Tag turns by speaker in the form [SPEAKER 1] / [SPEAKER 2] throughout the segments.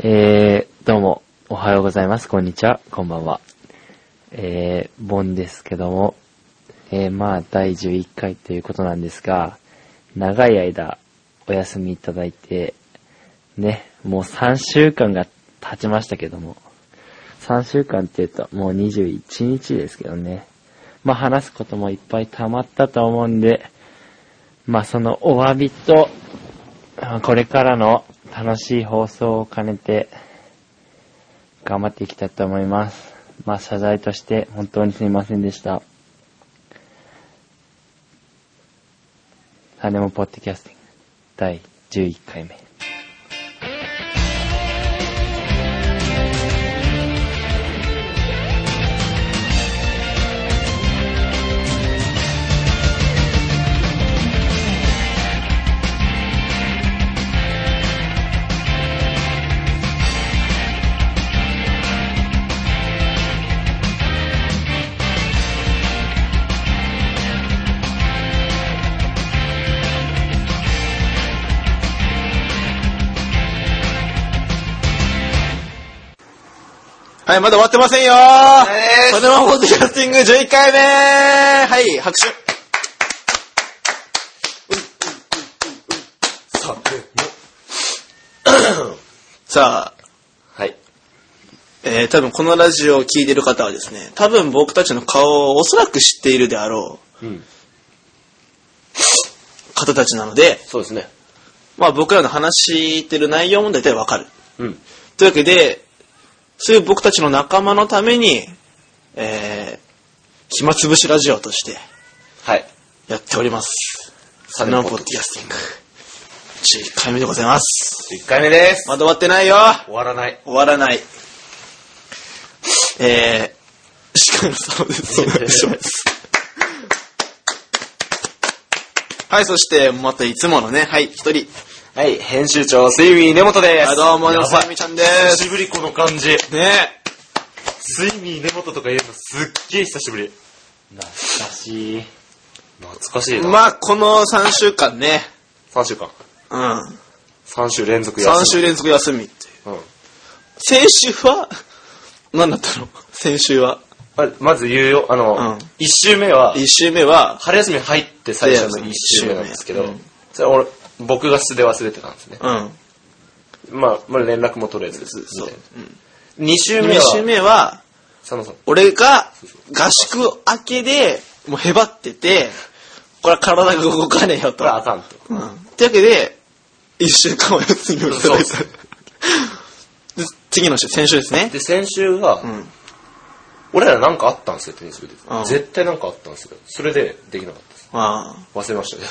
[SPEAKER 1] えー、どうも、おはようございます。こんにちは。こんばんは。えー、ボンですけども、えー、まあ、第11回ということなんですが、長い間、お休みいただいて、ね、もう3週間が経ちましたけども、3週間って言うと、もう21日ですけどね。まあ、話すこともいっぱい溜まったと思うんで、まあ、そのお詫びと、あこれからの楽しい放送を兼ねて、頑張っていきたいと思います。まあ、謝罪として本当にすいませんでした。ハネモポッドキャスティング第11回目。
[SPEAKER 2] はい、まだ終わってませんよーこのままポッドキャスティング11回目はい、拍手 さあ、
[SPEAKER 3] はい。
[SPEAKER 2] えー、多分このラジオを聞いてる方はですね、多分僕たちの顔をおそらく知っているであろ
[SPEAKER 3] うん。
[SPEAKER 2] う方たちなので、
[SPEAKER 3] そうですね。
[SPEAKER 2] まあ僕らの話してる内容も大体わかる。
[SPEAKER 3] うん。
[SPEAKER 2] というわけで、そういう僕たちの仲間のために、えー、暇つぶしラジオとして、
[SPEAKER 3] はい。
[SPEAKER 2] やっております。サンナポッドキャスティング。11回目でございます。
[SPEAKER 3] 1回目です。
[SPEAKER 2] まだ終わってないよ
[SPEAKER 3] 終わらない。
[SPEAKER 2] 終わらない。えー、しかもそうです。そうなんです はい、そして、またいつものね、はい、一人。
[SPEAKER 3] はい、編集長、スイミー根本です。
[SPEAKER 2] あどうも、
[SPEAKER 3] や
[SPEAKER 2] お
[SPEAKER 3] ば
[SPEAKER 2] さ
[SPEAKER 3] い。
[SPEAKER 2] みちゃんです。
[SPEAKER 3] ぶりこの感じ。
[SPEAKER 2] ね
[SPEAKER 3] スイミー根本とか言うのすっげえ久しぶり。
[SPEAKER 1] 懐かしい。
[SPEAKER 3] 懐かしい
[SPEAKER 2] え。
[SPEAKER 3] な。
[SPEAKER 2] まあ、この3週間ね、
[SPEAKER 3] 3週間。
[SPEAKER 2] うん。
[SPEAKER 3] 3週連続休
[SPEAKER 2] 3週連続休みっていう。
[SPEAKER 3] み。うん。
[SPEAKER 2] 先週は、何だったの先週は。
[SPEAKER 3] ままず言うよ、あ
[SPEAKER 2] う
[SPEAKER 3] の
[SPEAKER 2] ん、
[SPEAKER 3] 一1週目は、
[SPEAKER 2] 1週目は、
[SPEAKER 3] 春休み入って最初の1週目なんですけど、
[SPEAKER 2] うん
[SPEAKER 3] それ俺、僕が素で忘れてたんですね。
[SPEAKER 2] うん。
[SPEAKER 3] まあ、まあ連絡も取れず、
[SPEAKER 2] そう。
[SPEAKER 3] 2週目
[SPEAKER 2] 2
[SPEAKER 3] は、
[SPEAKER 2] 週目は、
[SPEAKER 3] 佐野さん。
[SPEAKER 2] 俺が合宿明けで、もうへばってて、これは体が動かねえよ。
[SPEAKER 3] ことれあかんと。
[SPEAKER 2] うん。ってわけで、1週間は休みをいただいた
[SPEAKER 3] そうそう。
[SPEAKER 2] で次の週、先週ですね。
[SPEAKER 3] で、先週が、
[SPEAKER 2] うん。
[SPEAKER 3] 俺らなんかあったんですよ、テニス部で。
[SPEAKER 2] うん
[SPEAKER 3] 絶対なんかあったんですよ。それで、できなかったです。
[SPEAKER 2] ああ。
[SPEAKER 3] 忘れましたけど。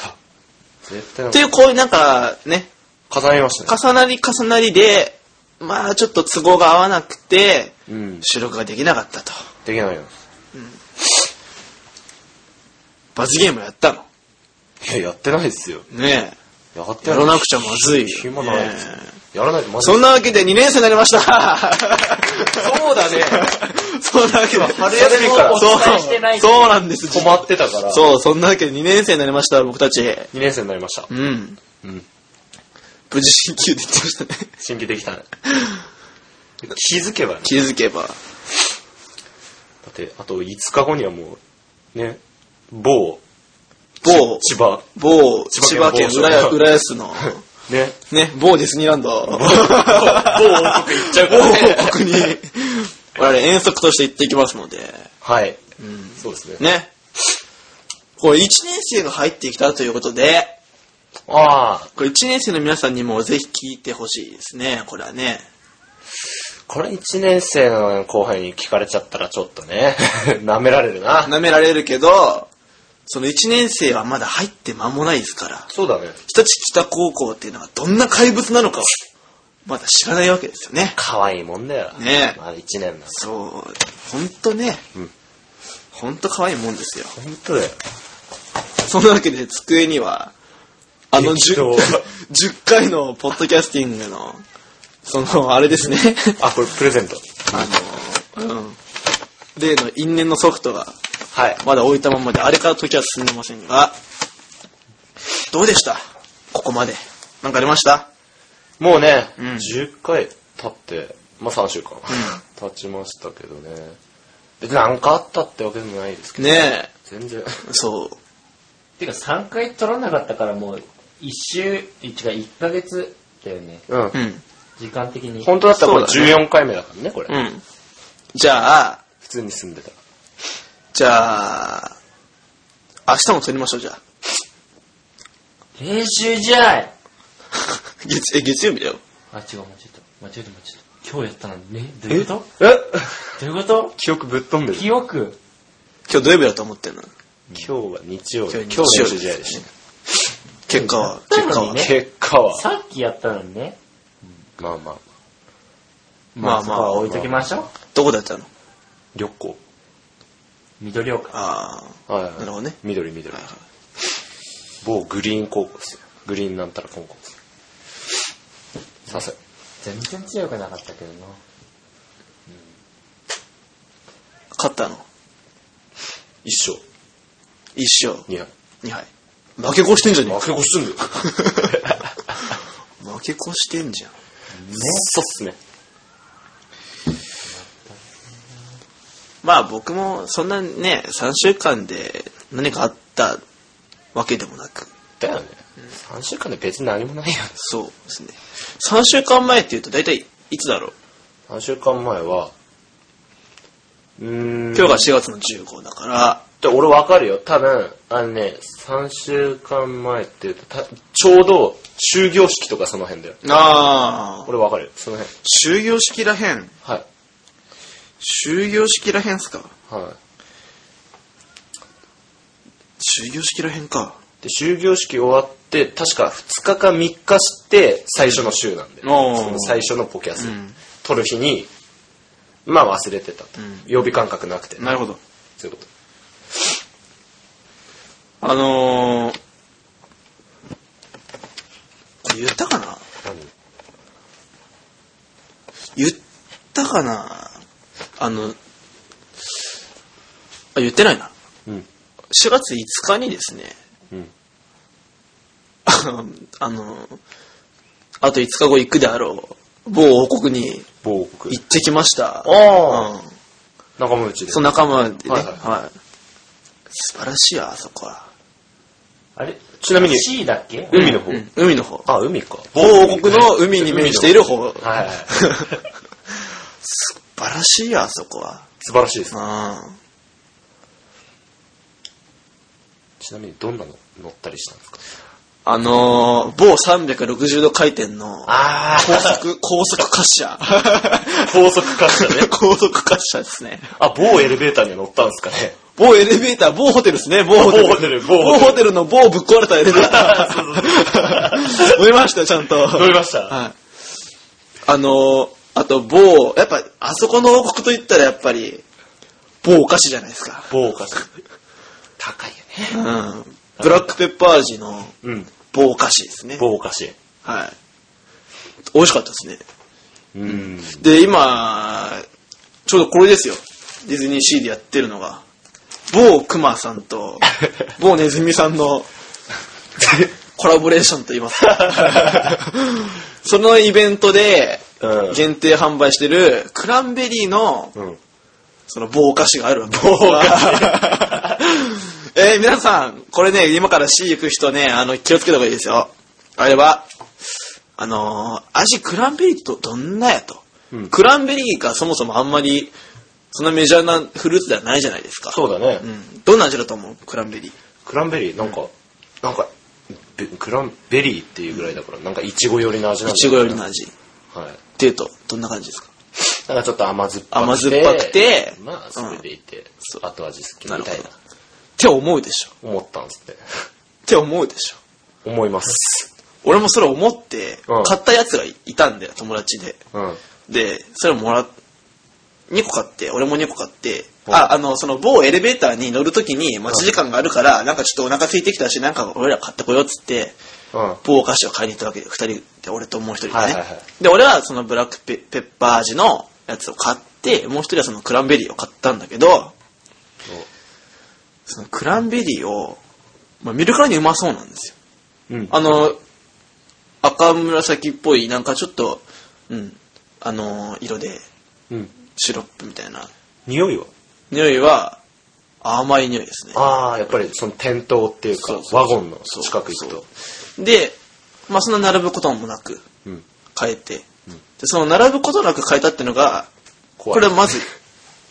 [SPEAKER 3] 絶対なん
[SPEAKER 2] って
[SPEAKER 3] か、
[SPEAKER 2] いう、こういうなんか、ね、
[SPEAKER 3] 重ねましたね。
[SPEAKER 2] 重なり重なりで、まあちょっと都合が合わなくて、
[SPEAKER 3] うん。
[SPEAKER 2] 収録ができなかったと。
[SPEAKER 3] できないよ。
[SPEAKER 2] 罰ゲームやったの。
[SPEAKER 3] いや、やってないですよ。
[SPEAKER 2] ね
[SPEAKER 3] やって
[SPEAKER 2] え。やらなくちゃまずいよ。
[SPEAKER 3] 暇ないです
[SPEAKER 2] ねえ
[SPEAKER 3] やらないとまずい
[SPEAKER 2] そんなわけで2年生になりましたそうだね。 そんなわけで。
[SPEAKER 3] 春休みから
[SPEAKER 2] そう
[SPEAKER 1] お伝えしてない
[SPEAKER 2] そうなんです。
[SPEAKER 3] 止まってたから、2
[SPEAKER 2] そう、そんなわけで2年生になりました、僕たち。
[SPEAKER 3] 年生になりました
[SPEAKER 2] う。ん。
[SPEAKER 3] うん。
[SPEAKER 2] 無事進級できましたね。
[SPEAKER 3] 新規できたね。気づけばね。
[SPEAKER 2] 気づけば。
[SPEAKER 3] だって、あと5日後にはもう、ね、某、
[SPEAKER 2] 某、
[SPEAKER 3] 千葉、
[SPEAKER 2] 某、千葉県
[SPEAKER 3] 千
[SPEAKER 2] 浦安
[SPEAKER 3] 葉県某所
[SPEAKER 2] 浦安の、
[SPEAKER 3] ね、
[SPEAKER 2] ね、某ディズニーランド。某
[SPEAKER 3] 某王国行っちゃうからね。
[SPEAKER 2] 王国に、我々遠足として行っていきますので。
[SPEAKER 3] はい。そうですね。
[SPEAKER 2] ね。これ1年生が入ってきたということで、
[SPEAKER 3] ああ、
[SPEAKER 2] これ1年生の皆さんにもぜひ聞いてほしいですね、これはね。
[SPEAKER 3] これ1年生の後輩に聞かれちゃったらちょっとね、 舐められるな。
[SPEAKER 2] 舐められるけど、その1年生はまだ入って間もないですから、
[SPEAKER 3] そうだね。
[SPEAKER 2] 日立北高校っていうのがどんな怪物なのかを、まだ知らないわけですよね。
[SPEAKER 3] 可愛いもんだよ。
[SPEAKER 2] ねえ
[SPEAKER 3] まだ1年なんだ。
[SPEAKER 2] そう、ほんとね
[SPEAKER 3] うん、
[SPEAKER 2] ほんと可愛いもんですよ。
[SPEAKER 3] 本当だよ。
[SPEAKER 2] そんなわけで机には、あの 10,
[SPEAKER 3] 適当
[SPEAKER 2] 10回のポッドキャスティングの、その、あれですね。
[SPEAKER 3] あ、これプレゼント。
[SPEAKER 2] あの、うん。例の因縁のソフトが、
[SPEAKER 3] はい。
[SPEAKER 2] まだ置いたままで、あれから時は進んでませんが、どうでしたここまで。なんかありました
[SPEAKER 3] もうね、
[SPEAKER 2] うん
[SPEAKER 3] 10回、経って、まあ3週間、経ちましたけどね。別に何かあったってわけでもないですけど。
[SPEAKER 2] ねえ、
[SPEAKER 3] 全然。
[SPEAKER 2] そう。
[SPEAKER 1] てか3回取らなかったからもう、1週、違う、1ヶ月だよね。
[SPEAKER 3] うん
[SPEAKER 2] う。ん。
[SPEAKER 1] 時間的に。
[SPEAKER 3] 本当だったらこれ
[SPEAKER 2] そうだ
[SPEAKER 3] 14回目だからね、これ。
[SPEAKER 2] うん。じゃあ、
[SPEAKER 3] 普通に住んでたら。
[SPEAKER 2] じゃあ、明日も撮りましょう、じゃあ。
[SPEAKER 1] 練習試合
[SPEAKER 2] 月、え、月曜日だよ。
[SPEAKER 1] あ、違う、間違った。間違えた、間違った。今日やったのね、どういうこと
[SPEAKER 3] え
[SPEAKER 1] どういうこと
[SPEAKER 3] 記憶ぶっ飛んでる。
[SPEAKER 1] 記憶。
[SPEAKER 2] 今日土曜日だと思ってんの。
[SPEAKER 3] 今日は日曜日。
[SPEAKER 2] 今
[SPEAKER 3] 今
[SPEAKER 2] 日
[SPEAKER 3] 日
[SPEAKER 2] 日曜
[SPEAKER 3] の
[SPEAKER 2] 日
[SPEAKER 3] 練習試合でし
[SPEAKER 2] 結果は、
[SPEAKER 1] そう
[SPEAKER 2] 結果
[SPEAKER 1] なの
[SPEAKER 2] は
[SPEAKER 1] に。ね
[SPEAKER 3] た。結果は。
[SPEAKER 1] さっきやったのにね。
[SPEAKER 3] まあまあ。
[SPEAKER 2] まあ
[SPEAKER 1] そこ
[SPEAKER 2] ま
[SPEAKER 1] は
[SPEAKER 2] あ、
[SPEAKER 1] 置いときましょう。
[SPEAKER 2] どこだったの
[SPEAKER 3] 旅行。
[SPEAKER 1] 緑岡。
[SPEAKER 2] ああ。
[SPEAKER 3] はいはい。
[SPEAKER 2] なるほどね
[SPEAKER 3] 緑緑
[SPEAKER 2] はい。はい
[SPEAKER 3] 某グリーン高校ですよ。グリーンなんたら高校です。させ。
[SPEAKER 1] 全然強くなかったけどな。
[SPEAKER 2] 勝ったの。
[SPEAKER 3] 一勝。
[SPEAKER 2] 一勝、
[SPEAKER 3] 二敗。
[SPEAKER 2] 二敗。負け越してんじゃね
[SPEAKER 3] 負け越してんだよ。
[SPEAKER 2] え 負け越してんじゃん。
[SPEAKER 3] そうっすね。
[SPEAKER 2] まあ僕もそんなね、3週間で何かあったわけでもなく、
[SPEAKER 3] だよね。3週間で別に何もないよね。
[SPEAKER 2] そうですね。3週間前って言うと大体いつだろう
[SPEAKER 3] 3週間前は、うーん。
[SPEAKER 2] 今日が4月の15だから、
[SPEAKER 3] で俺わかるよ。多分、あのね、3週間前って言うと、たちょうど、終業式とかその辺だよ。
[SPEAKER 2] ああ、
[SPEAKER 3] 俺わかるよ。その辺。
[SPEAKER 2] 終業式らへん。
[SPEAKER 3] はい。
[SPEAKER 2] 終業式らへんっすか
[SPEAKER 3] はい。
[SPEAKER 2] 終業式らへんか。
[SPEAKER 3] で、終業式終わって、確か2日か3日して、最初の週なんで、
[SPEAKER 2] おー
[SPEAKER 3] その最初のポケアス、
[SPEAKER 2] うん
[SPEAKER 3] 取る日に、まあ忘れてたと。
[SPEAKER 2] ん
[SPEAKER 3] 予備感覚なくて、
[SPEAKER 2] なるほど。
[SPEAKER 3] そういうこと。
[SPEAKER 2] あのー、これ言ったかな言ったかなあの、あ、言ってないな。
[SPEAKER 3] 何うん。
[SPEAKER 2] 4月5日にですね、
[SPEAKER 3] うん。
[SPEAKER 2] あの、 あの、あと5日後行くであろう、某王国に
[SPEAKER 3] 某国。
[SPEAKER 2] 行ってきました。
[SPEAKER 3] あ
[SPEAKER 2] うん。
[SPEAKER 3] 仲間内で。
[SPEAKER 2] その仲間でね、は
[SPEAKER 3] はいいはい
[SPEAKER 2] 素晴らしいよ、あそこは。
[SPEAKER 1] あれ
[SPEAKER 3] ちなみに
[SPEAKER 1] C だっけ
[SPEAKER 3] 海の方。
[SPEAKER 2] うん、海の方。
[SPEAKER 3] あ、海か。
[SPEAKER 2] 某王国の海に面している方。素晴
[SPEAKER 3] はい。
[SPEAKER 2] らしいよ、あそこは。
[SPEAKER 3] 素晴らしいです。
[SPEAKER 2] うん。
[SPEAKER 3] ちなみにどんなの乗ったりしたんですか
[SPEAKER 2] あのー、某360度回転の
[SPEAKER 3] あ
[SPEAKER 2] 高速、高速滑 車。
[SPEAKER 3] 高速滑車ね。
[SPEAKER 2] 高速滑車ですね。
[SPEAKER 3] あ、某エレベーターには乗ったんですかね。
[SPEAKER 2] 某エレベーター、某ホテルですね、某ホテル。
[SPEAKER 3] 某ホテル某ホテル
[SPEAKER 2] の某ぶっ壊れたエレベーター。乗りました、ちゃんと。
[SPEAKER 3] 乗りました。
[SPEAKER 2] はい。あのー、あと某、やっぱ、あそこの王国といったらやっぱり、某お菓子じゃないですか。
[SPEAKER 3] 某菓子。高いよね。
[SPEAKER 2] うん。ブラックペッパー味の
[SPEAKER 3] うん。
[SPEAKER 2] 某お菓子ですね。
[SPEAKER 3] 某菓子。
[SPEAKER 2] はい。美味しかったですね。
[SPEAKER 3] うん。
[SPEAKER 2] で、今、ちょうどこれですよ。ディズニーシーでやってるのが。某クマさん と、某ネズミさんのコラボレーションと言います か。そのイベントで
[SPEAKER 3] うん
[SPEAKER 2] 限定販売してるクランベリーの
[SPEAKER 3] うん。
[SPEAKER 2] その棒菓子があるわけ棒菓子。 えー皆さん、これね、今から C 行く人ね、あの、気をつけた方がいいですよ。あれは、あのー味クランベリーとどんなやと、
[SPEAKER 3] うん
[SPEAKER 2] クランベリーがそもそもあんまり、そんなメジャーなフルーツではないじゃないですか。
[SPEAKER 3] そうだね。
[SPEAKER 2] うん。どんな味だと思うクランベリー。
[SPEAKER 3] クランベリー、なんか、なんか、べクランベリーっていうぐらいだから、なんかイチゴ寄りの味なん
[SPEAKER 2] い
[SPEAKER 3] だ
[SPEAKER 2] ちごよりの。味。っ
[SPEAKER 3] はい。
[SPEAKER 2] ていうと、どんな感じですか
[SPEAKER 3] なんかちょっと甘酸っぱくて。
[SPEAKER 2] 甘酸っぱくて
[SPEAKER 3] まあ、それでいて、後味好きみたい
[SPEAKER 2] なる
[SPEAKER 3] な
[SPEAKER 2] ほ。って思うでしょ。
[SPEAKER 3] 思ったんですね。
[SPEAKER 2] って思うでしょ。
[SPEAKER 3] 思います。
[SPEAKER 2] 俺もそれ思って
[SPEAKER 3] うん、
[SPEAKER 2] 買ったやつがいたんだよ、友達で。
[SPEAKER 3] うん。
[SPEAKER 2] で、それをもらっ、2個買って、俺も2個買って、
[SPEAKER 3] うん
[SPEAKER 2] あ、あの、その某エレベーターに乗るときに待ち時間があるから、なんかちょっとお腹空いてきたし、なんか俺ら買ってこようっつって、
[SPEAKER 3] うん。
[SPEAKER 2] 某お菓子を買いに行ったわけで、2人で、俺ともう1人でね。
[SPEAKER 3] はいはいは
[SPEAKER 2] で、俺はそのブラックペペッパー味のやつを買って、もう1人はそのクランベリーを買ったんだけど、そのクランベリーを、まあ、見るからにうまそうなんですよ。
[SPEAKER 3] うん。
[SPEAKER 2] あの、赤紫っぽい、なんかちょっと、うん、あの色で、
[SPEAKER 3] うん。
[SPEAKER 2] シロップみたいな。
[SPEAKER 3] 匂いは
[SPEAKER 2] 匂いは、甘い匂いですね。
[SPEAKER 3] ああ、やっぱりその店頭っていうか
[SPEAKER 2] そうそう、そう
[SPEAKER 3] ワゴンの近く行く
[SPEAKER 2] そう
[SPEAKER 3] と。
[SPEAKER 2] で、まあ、そんな並ぶこともなく、
[SPEAKER 3] うん。
[SPEAKER 2] 変えて。で、その並ぶことなく変えたってのが、
[SPEAKER 3] 怖
[SPEAKER 2] こ
[SPEAKER 3] い
[SPEAKER 2] れはまず、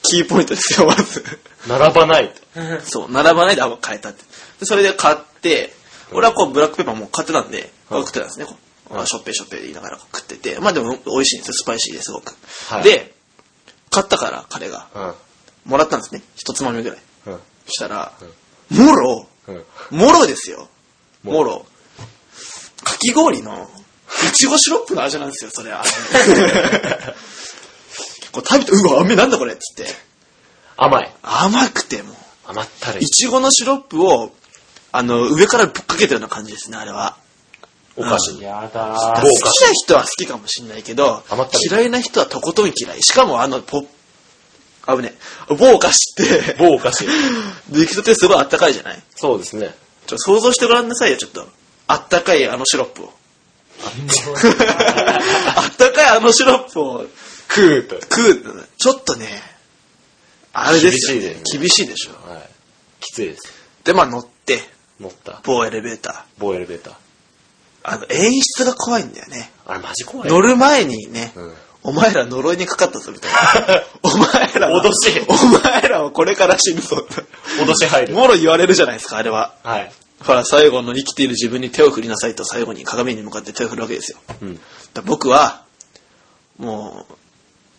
[SPEAKER 2] キーポイントですよ、ま ず。
[SPEAKER 3] 並ばないと。
[SPEAKER 2] そう、並ばないであ変えたって。で、それで買って、俺はこう、ブラックペッパーもう買ってたんで、
[SPEAKER 3] うん
[SPEAKER 2] 食ってたんですね、こう。
[SPEAKER 3] うん
[SPEAKER 2] あしょっぺしょっぺ言いながら食ってて。まあでも、美味しいんですよ、スパイシーですごく。
[SPEAKER 3] はい
[SPEAKER 2] で、買ったから、彼が。
[SPEAKER 3] う
[SPEAKER 2] もらったんですね。一つまみぐらい。
[SPEAKER 3] ん。うん。
[SPEAKER 2] そしたら、もろ
[SPEAKER 3] うん。
[SPEAKER 2] もろですよ。
[SPEAKER 3] も
[SPEAKER 2] もろ。かき氷の、いちごシロップの味なんですよ、それ は。こう食べて、うわ、甘い、なんだこれっつって。
[SPEAKER 3] 甘い。
[SPEAKER 2] 甘くてもう。
[SPEAKER 3] 甘ったるい
[SPEAKER 2] い。ちごのシロップを、あの、上からぶっかけたような感じですね、あれは。
[SPEAKER 3] お菓子に。
[SPEAKER 1] や
[SPEAKER 2] 好
[SPEAKER 1] だ
[SPEAKER 2] きな人は好きかもしれないけど
[SPEAKER 3] 余った、り
[SPEAKER 2] 嫌いな人はとことん嫌い。しかもあの、ポッ、あぶね、某お菓子って、
[SPEAKER 3] 某お菓子。
[SPEAKER 2] 出来たてすごいあったかいじゃない
[SPEAKER 3] そうですね。
[SPEAKER 2] ちょ、想像してごらんなさいよ、ちょっと。あったかいあのシロップを。 あったかいあのシロップを
[SPEAKER 3] 食うと。
[SPEAKER 2] 食う。ちょっとね、あれですよ、
[SPEAKER 3] 厳しいですね
[SPEAKER 2] 厳しいでしょ。
[SPEAKER 3] はい。きついです。
[SPEAKER 2] で、まあ乗って、
[SPEAKER 3] 乗った。
[SPEAKER 2] 某エレベータ
[SPEAKER 3] 某エレベーター。
[SPEAKER 2] ー。あの、演出が怖いんだよね。
[SPEAKER 3] あれマジ怖い。
[SPEAKER 2] 乗る前にね、
[SPEAKER 3] うん。
[SPEAKER 2] お前ら呪いにかかったぞ、みたい な。お前らは
[SPEAKER 3] 脅し
[SPEAKER 2] お前らはこれから死ぬぞ。
[SPEAKER 3] 脅し入る。
[SPEAKER 2] もろ言われるじゃないですか、あれは。
[SPEAKER 3] はい。
[SPEAKER 2] ほら、最後の生きている自分に手を振りなさいと最後に鏡に向かって手を振るわけですよ。
[SPEAKER 3] うん。
[SPEAKER 2] だ僕は、もう、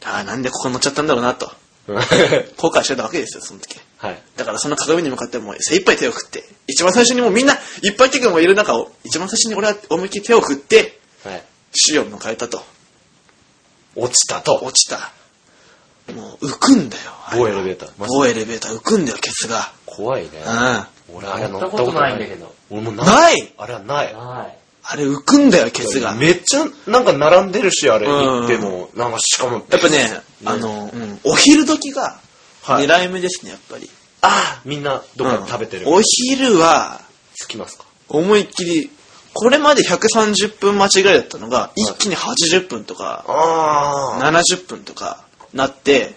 [SPEAKER 2] ああ、なんでここ乗っちゃったんだろうなと、
[SPEAKER 3] は
[SPEAKER 2] 後悔してたわけですよ、その時。
[SPEAKER 3] い。
[SPEAKER 2] だからその鏡に向かってもう精一杯手を振って、一番最初にもうみんな、いっぱい客もいる中を、一番最初に俺は思いっきり手を振って、
[SPEAKER 3] はい。
[SPEAKER 2] 死を迎えたと。
[SPEAKER 3] 落ちたと。
[SPEAKER 2] 落ちた。もう浮くんだよ。
[SPEAKER 3] 某エレベーター。マジ
[SPEAKER 2] 某エレベーター浮くんだよ、ケツが。
[SPEAKER 3] 怖いね。
[SPEAKER 2] う
[SPEAKER 3] 俺あれ
[SPEAKER 1] 乗
[SPEAKER 3] 乗っ
[SPEAKER 1] ったた
[SPEAKER 3] こ
[SPEAKER 1] ことと
[SPEAKER 3] な
[SPEAKER 1] ないい
[SPEAKER 3] ん
[SPEAKER 1] ん
[SPEAKER 3] だ
[SPEAKER 1] だ
[SPEAKER 3] け
[SPEAKER 1] け
[SPEAKER 3] ど
[SPEAKER 1] ど。
[SPEAKER 3] 俺も
[SPEAKER 2] ん。ない
[SPEAKER 3] あれはない。
[SPEAKER 1] はい。
[SPEAKER 2] あれ浮くんだよ、ケツが。
[SPEAKER 3] めっちゃ、なんか並んでるし、あれ。
[SPEAKER 2] うん
[SPEAKER 3] 行っても、なんかしかも。
[SPEAKER 2] やっぱね、あの、うんお昼時が、
[SPEAKER 3] はい
[SPEAKER 2] 狙い目ですね、やっぱり。
[SPEAKER 3] ああみんな、どっかで食べてる。
[SPEAKER 2] うん
[SPEAKER 3] 好
[SPEAKER 2] お昼は、
[SPEAKER 3] きますか
[SPEAKER 2] 思いっきり、これまで130分待ちぐらいだったのが、一気に80分とか、
[SPEAKER 3] ああ
[SPEAKER 2] 70分とか、なって、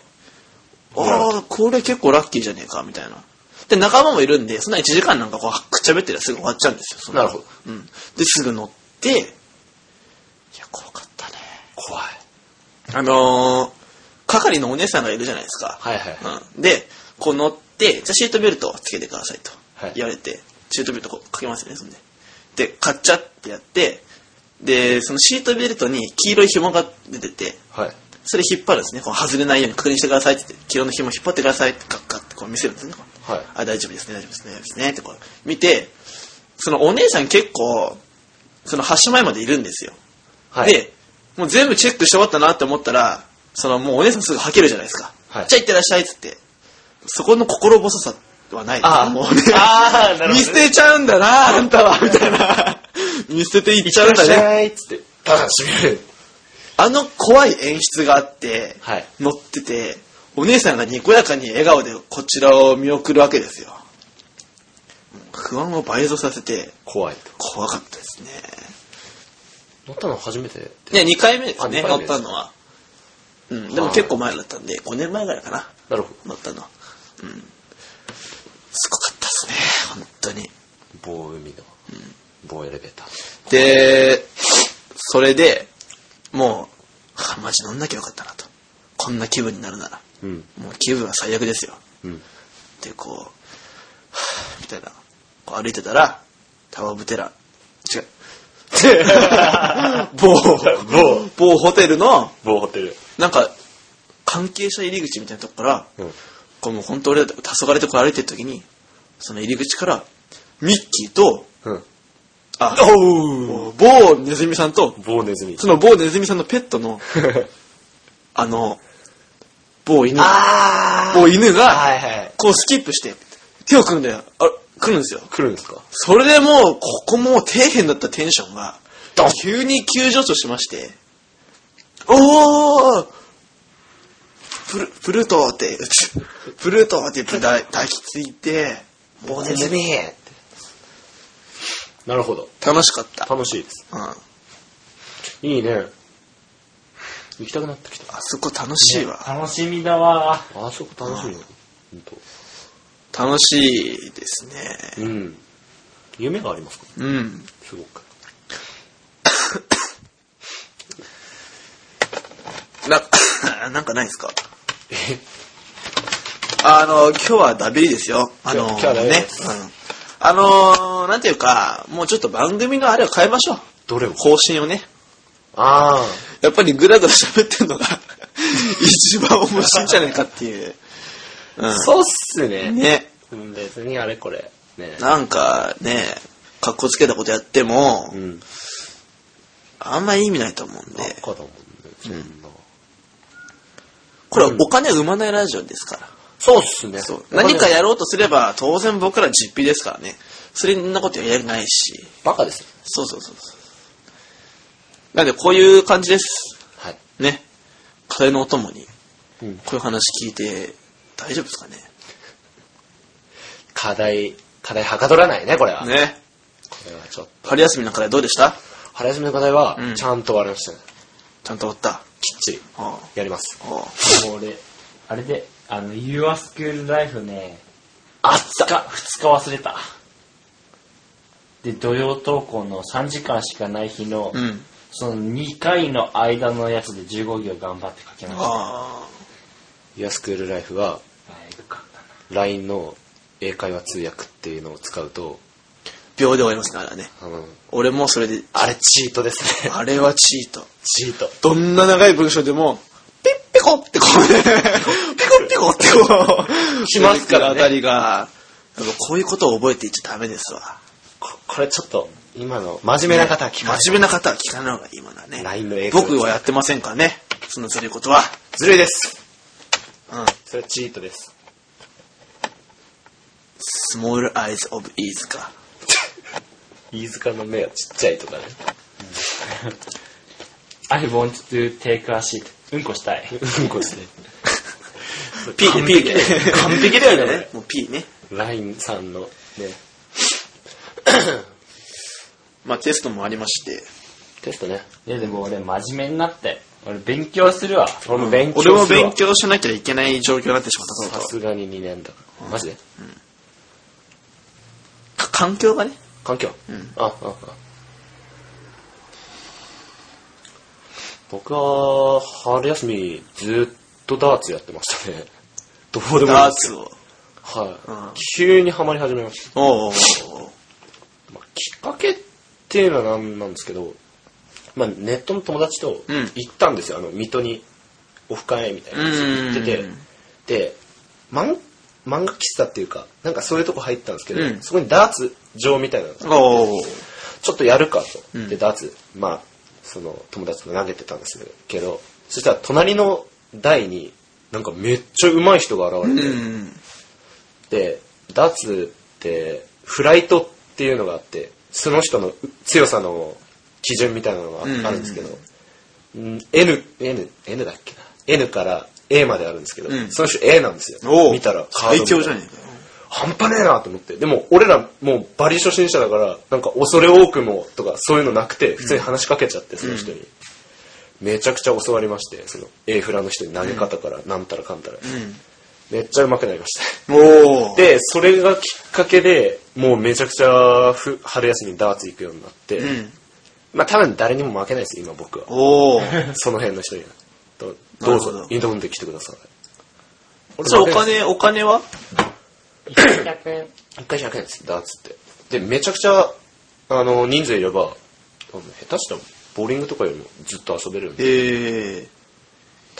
[SPEAKER 2] ああ、これ結構ラッキーじゃねえか、みたいな。で、仲間もいるんで、そんな1時間なんかこう、くっちゃべってりゃすぐ終わっちゃうんですよ。そん
[SPEAKER 3] なるほど。
[SPEAKER 2] うん。で、すぐ乗って、いや、怖かったね。
[SPEAKER 3] 怖い。
[SPEAKER 2] あのー、係のお姉さんがいるじゃないですか。
[SPEAKER 3] はいはい。
[SPEAKER 2] うん、で、こう乗って、じゃあシートベルトをつけてくださいと
[SPEAKER 3] はい
[SPEAKER 2] 言われて、シートベルトこうかけますよね、そんで。で、カッチャってやって、で、そのシートベルトに黄色い紐が出てて、
[SPEAKER 3] はい。
[SPEAKER 2] それ引っ張るんですね。こう外れないように確認してくださいって言って、黄色の紐引っ張ってくださいってカッカッってこう見せるんですね。こう
[SPEAKER 3] はい
[SPEAKER 2] あ、大丈夫ですね、大丈夫ですね、大丈夫ですねってこう見て、そのお姉さん結構、その発車前までいるんですよ。
[SPEAKER 3] はい。
[SPEAKER 2] で、もう全部チェックし終わったなって思ったら、そのもうお姉さんすぐ吐けるじゃないですか。
[SPEAKER 3] はい
[SPEAKER 2] じゃあ行ってらっしゃいっつって。そこの心細さはないですね
[SPEAKER 3] ああ
[SPEAKER 2] もうね。
[SPEAKER 3] ああなるほどね
[SPEAKER 2] 見捨てちゃうんだな、あんたは、みたいな。見捨てていっちゃうんだね。
[SPEAKER 3] ね。っつって、ただ閉める。
[SPEAKER 2] あの怖い演出があって、
[SPEAKER 3] はい
[SPEAKER 2] 乗ってて、お姉さんがにこやかに笑顔でこちらを見送るわけですよ。もう不安を倍増させて、
[SPEAKER 3] 怖いと。
[SPEAKER 2] 怖かったですね。
[SPEAKER 3] 乗ったの初めて。
[SPEAKER 2] ね、2回目です
[SPEAKER 3] あ
[SPEAKER 2] ね、
[SPEAKER 3] 二回
[SPEAKER 2] 乗
[SPEAKER 3] 目
[SPEAKER 2] っ
[SPEAKER 3] です
[SPEAKER 2] たのは。うん、でも
[SPEAKER 3] はい
[SPEAKER 2] 結構前だったんで、5年前ぐらいかな、
[SPEAKER 3] なるほ
[SPEAKER 2] 乗ったのは。うん。すごかったですね、本当に。
[SPEAKER 3] ど。某海の。某エレベーター。
[SPEAKER 2] で、それで、もう、はあマジ乗んなきゃよかったなと。こんな気分になるなら。
[SPEAKER 3] うん。
[SPEAKER 2] もう気分は最悪ですよ。
[SPEAKER 3] うん。
[SPEAKER 2] で、こう、はあみたいな。こう歩いてたら、タワーブテラ、 違う。某、
[SPEAKER 3] 某
[SPEAKER 2] 某ホテルの、
[SPEAKER 3] 某ホテル。
[SPEAKER 2] なんか、関係者入り口みたいなとこから、
[SPEAKER 3] うん。
[SPEAKER 2] こうもう本当俺ら、黄昏とこう歩いてる時に、その入り口から、ミッキーと、
[SPEAKER 3] うん。
[SPEAKER 2] あ、お某ネズミさんと、
[SPEAKER 3] 某ネズミ。
[SPEAKER 2] その某ネズミさんのペットの、あの、某犬、
[SPEAKER 3] あ
[SPEAKER 2] 某犬が、
[SPEAKER 3] はいはい。
[SPEAKER 2] こうスキップして、手を組んで、あ、来るんですよ。
[SPEAKER 3] 来るんですか
[SPEAKER 2] それでもう、ここもう底辺だったテンションが
[SPEAKER 3] ドン、
[SPEAKER 2] 急に急上昇しまして、おープル、プルートーって、 プルートーって抱抱きついて、もうね、
[SPEAKER 3] ミなるほど。
[SPEAKER 2] 楽しかった。
[SPEAKER 3] 楽しいです。
[SPEAKER 2] うん。
[SPEAKER 3] いいね。行きたくなってきた。
[SPEAKER 2] あそこ楽しいわ。
[SPEAKER 1] 楽しみだわ。
[SPEAKER 3] あそこ楽しいよ。本
[SPEAKER 2] 楽しいですね。
[SPEAKER 3] 当。うん。夢がありますか
[SPEAKER 2] うん。
[SPEAKER 3] すごく。
[SPEAKER 2] な、なんかないですかあの、今日はダビリですよ。あの、
[SPEAKER 3] 今日今日はダビリ
[SPEAKER 2] ね
[SPEAKER 3] で。
[SPEAKER 2] うんあのなんていうか、もうちょっと番組のあれを変えましょう。
[SPEAKER 3] どれを
[SPEAKER 2] 方針をね。
[SPEAKER 3] あ
[SPEAKER 2] やっぱりグラグラ喋って んのが一番面白いんじゃないかっていう。
[SPEAKER 3] あ、
[SPEAKER 2] う
[SPEAKER 3] そうっすね。
[SPEAKER 2] ん。ね。
[SPEAKER 3] うん別にあれこれ。ね。
[SPEAKER 2] なんかね、格好つけたことやっても
[SPEAKER 3] う、ん。
[SPEAKER 2] あんまり意味ないと思うんで。
[SPEAKER 3] 赤だもんね。そんな。
[SPEAKER 2] これはお金を生まないラジオですから。
[SPEAKER 3] そうっすね。
[SPEAKER 2] そう。何かやろうとすれば、当然僕ら実費ですからね。それんなことやりたくないし。
[SPEAKER 3] バカですよ。
[SPEAKER 2] そうそうそうそう。なんで、こういう感じです。
[SPEAKER 3] はい。
[SPEAKER 2] ね。風のお供に、
[SPEAKER 3] うん。
[SPEAKER 2] こういう話聞いて、大丈夫ですかね。
[SPEAKER 3] 課題、課題はかどらないね、これは。
[SPEAKER 2] ね。
[SPEAKER 3] これはちょっと。
[SPEAKER 2] 春休みの課題どうでした
[SPEAKER 3] 春休みの課題は
[SPEAKER 2] うん、
[SPEAKER 3] ちゃんと終わりましたね。
[SPEAKER 2] ちゃんと終わった。
[SPEAKER 3] きっちり。
[SPEAKER 2] あ
[SPEAKER 3] やります。
[SPEAKER 2] あああ
[SPEAKER 1] もう俺、あれで、あの、You are School Life ね、
[SPEAKER 3] あっ
[SPEAKER 1] 2日、2日忘れた。で、土曜投稿の3時間しかない日の、
[SPEAKER 2] うん。
[SPEAKER 1] その2回の間のやつで15行頑張って書きました。は
[SPEAKER 2] あ
[SPEAKER 3] イアスクールライフは、
[SPEAKER 1] いよかった
[SPEAKER 3] LINE の英会話通訳っていうのを使うと、
[SPEAKER 2] あ。秒で終わりますからね。
[SPEAKER 3] あの、
[SPEAKER 2] 俺もそれで、
[SPEAKER 3] あれチートですね。
[SPEAKER 2] あれはチート。
[SPEAKER 3] チート。
[SPEAKER 2] どんな長い文章でも、ピッピコってこうね、ピコピコってこう、
[SPEAKER 3] 来ますか
[SPEAKER 2] 出てく
[SPEAKER 3] らね
[SPEAKER 2] るあたりが、やっぱこういうことを覚えていっちゃダメですわ。
[SPEAKER 3] ここれちょっと、今の、真面目な方は聞かない。
[SPEAKER 2] 真面目な方は聞かない方がいいものはね。
[SPEAKER 3] LINE の英語
[SPEAKER 2] 僕はやってませんからね。そんなずるいことは。
[SPEAKER 3] ずるいです。
[SPEAKER 2] うん。
[SPEAKER 3] それはチートです。
[SPEAKER 2] small eyes of ease か。
[SPEAKER 3] 飯塚の目はちっちゃいとかね。
[SPEAKER 1] I want to take a shit. うんこしたい。
[SPEAKER 3] うんこして。
[SPEAKER 2] P、
[SPEAKER 3] 完
[SPEAKER 2] P
[SPEAKER 3] 璧
[SPEAKER 2] で
[SPEAKER 3] だよ。完璧だよね。
[SPEAKER 2] もう P ね。
[SPEAKER 3] LINE さんの、ね。
[SPEAKER 2] まあテストもありまして。
[SPEAKER 3] テストね。
[SPEAKER 1] いや、でも俺真面目になって、俺勉強するわ。俺も勉強す
[SPEAKER 2] 俺
[SPEAKER 1] るわ。
[SPEAKER 2] も勉強しなきゃいけない状況になってしまった
[SPEAKER 3] さ
[SPEAKER 2] と
[SPEAKER 3] すがに2年だから。マジで
[SPEAKER 2] か環境がね。
[SPEAKER 3] 環境、
[SPEAKER 2] ん
[SPEAKER 3] あああ僕は春休みずっとダーツやってましたねどうでもいい
[SPEAKER 2] ダ
[SPEAKER 3] ん
[SPEAKER 2] ー
[SPEAKER 3] です
[SPEAKER 2] ツ
[SPEAKER 3] よ
[SPEAKER 2] を。
[SPEAKER 3] はい、
[SPEAKER 2] うん
[SPEAKER 3] 急にハマり始めまし
[SPEAKER 2] おうおうおう
[SPEAKER 3] た、まあ、きっかけっていうのは何なんですけど、まあ、ネットの友達と
[SPEAKER 2] うん
[SPEAKER 3] 行ったんですよ、あの水戸にオフ会みたいなやつ行ってて
[SPEAKER 2] うん
[SPEAKER 3] で漫漫画喫茶っていうかなんかそういうとこ入ったんですけど、
[SPEAKER 2] うん
[SPEAKER 3] そこにダーツ場みたいなのが
[SPEAKER 2] おうおう
[SPEAKER 3] ちょっとやるかと。
[SPEAKER 2] うん
[SPEAKER 3] で、ダーツ、まあ、その友達と投げてたんですけど、そしたら隣の台に、なんかめっちゃ上手い人が現れて、
[SPEAKER 2] うん。
[SPEAKER 3] で、ダーツって、フライトっていうのがあって、その人の強さの基準みたいなのがああるんですけど、うん N、N、N だっけな。N から A まであるんですけど、
[SPEAKER 2] うん
[SPEAKER 3] その人 A なんです
[SPEAKER 2] お
[SPEAKER 3] よ。
[SPEAKER 2] う
[SPEAKER 3] 見たらカ
[SPEAKER 2] 最
[SPEAKER 3] ードみたい
[SPEAKER 2] 強
[SPEAKER 3] な
[SPEAKER 2] じゃねえかよ。
[SPEAKER 3] 半端ねえなと思って。でも、俺らもうバリ初心者だから、なんか恐れ多くもとかそういうのなくて、普通に話しかけちゃって、その人に。めちゃくちゃ教わりまして、その A フラの人に投げ方からなんたらかんたら。めっちゃ上手くなりました。
[SPEAKER 2] おお。
[SPEAKER 3] で、それがきっかけで、もうめちゃくちゃふ春休みにダーツ行くようになって、
[SPEAKER 2] うん。
[SPEAKER 3] まあ多分誰にも負けないです、今僕は。
[SPEAKER 2] お お。
[SPEAKER 3] その辺の人には。ど
[SPEAKER 2] な
[SPEAKER 3] ど
[SPEAKER 2] る
[SPEAKER 3] う
[SPEAKER 2] ほど
[SPEAKER 3] ぞ、挑んできてください。
[SPEAKER 2] それお金、お金は
[SPEAKER 1] 100円。
[SPEAKER 3] 一回100円ですダーツってでめちゃくちゃあの人数いればあの下手したらボーリングとかよりもずっと遊べるんで
[SPEAKER 2] ええ。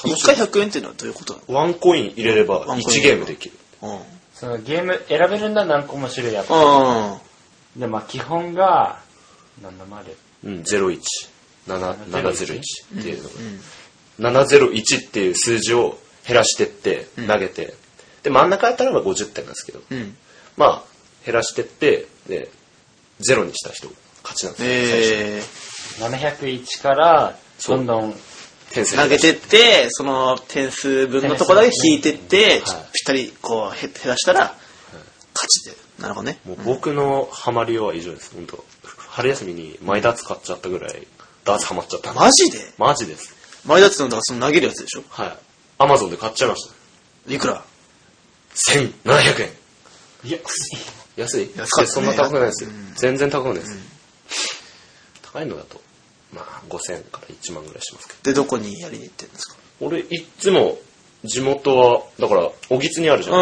[SPEAKER 2] 一回100円っていうのはどういうことな
[SPEAKER 3] ワンコイン入れれば
[SPEAKER 2] ワンコイン
[SPEAKER 3] 1ゲームできる
[SPEAKER 2] の
[SPEAKER 1] そのゲーム選べるんだ何個も種類あって。
[SPEAKER 2] うん。うん。
[SPEAKER 1] で、まあ基本が、何でもある。
[SPEAKER 3] うん01701っていうの
[SPEAKER 2] ん
[SPEAKER 3] が、701っていう数字を減らしてって投げて、で真ん中やったらば50点なんですけど、
[SPEAKER 2] うん。
[SPEAKER 3] まあ減らしてってで0にした人が勝ちなんですよ、
[SPEAKER 2] ええ。
[SPEAKER 1] 701から、どんどん、
[SPEAKER 3] 点数
[SPEAKER 2] 投げてって、その点数分のとこだけ引いてって、ちょっとぴったりこうへ減らしたら、勝ちで。なるほどね。
[SPEAKER 3] もう僕のハマりようは以上です、本当春休みにマイダーツ買っちゃったぐらい、ダーツハマっちゃった。
[SPEAKER 2] マジで
[SPEAKER 3] マジです。
[SPEAKER 2] 前田ってのはだからその投げるやつでしょ
[SPEAKER 3] はい。アマゾンで買っちゃいました。
[SPEAKER 2] いくら
[SPEAKER 3] 1700円。
[SPEAKER 4] いや、
[SPEAKER 3] 安い
[SPEAKER 2] 安かったね
[SPEAKER 3] そんな高くないですよ、
[SPEAKER 2] うん
[SPEAKER 3] 全然高くないです、高いのだとまあ5000から1万ぐらいしますけど
[SPEAKER 2] で、どこにやりに行ってるんですか
[SPEAKER 3] 俺いっつも地元はだから小木津にあるじゃん、
[SPEAKER 2] う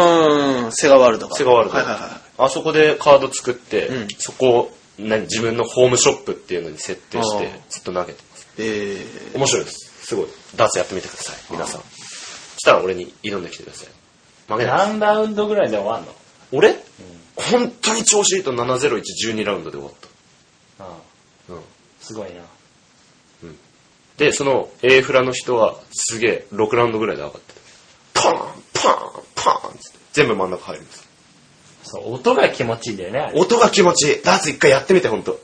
[SPEAKER 2] ーん、セガワールドが。
[SPEAKER 3] セガワールド、
[SPEAKER 2] はいはいはい。
[SPEAKER 3] あそこでカード作って、
[SPEAKER 2] うん
[SPEAKER 3] そこを何自分のホームショップっていうのに設定し
[SPEAKER 2] あ
[SPEAKER 3] て
[SPEAKER 2] ー
[SPEAKER 3] ずっと投げてます
[SPEAKER 2] えー、
[SPEAKER 3] 面白いですすごいダーツやってみてください皆さんしたら俺に挑んできてください負けないです
[SPEAKER 4] 何ラウンドぐらいで終わんの
[SPEAKER 3] 俺、本当に調子いいと7012ラウンドで終わっ
[SPEAKER 4] うん。
[SPEAKER 3] た、うん
[SPEAKER 4] すごいな。
[SPEAKER 3] で、その A フラの人はすげえ6ラウンドぐらいで上がってた。パーンパーンパーンっつって全部真ん中入るんです。
[SPEAKER 4] そう、音が気持ちいいんだよねあれ。
[SPEAKER 3] 音が気持ちいい。ダーツ一回やってみて、ほんと。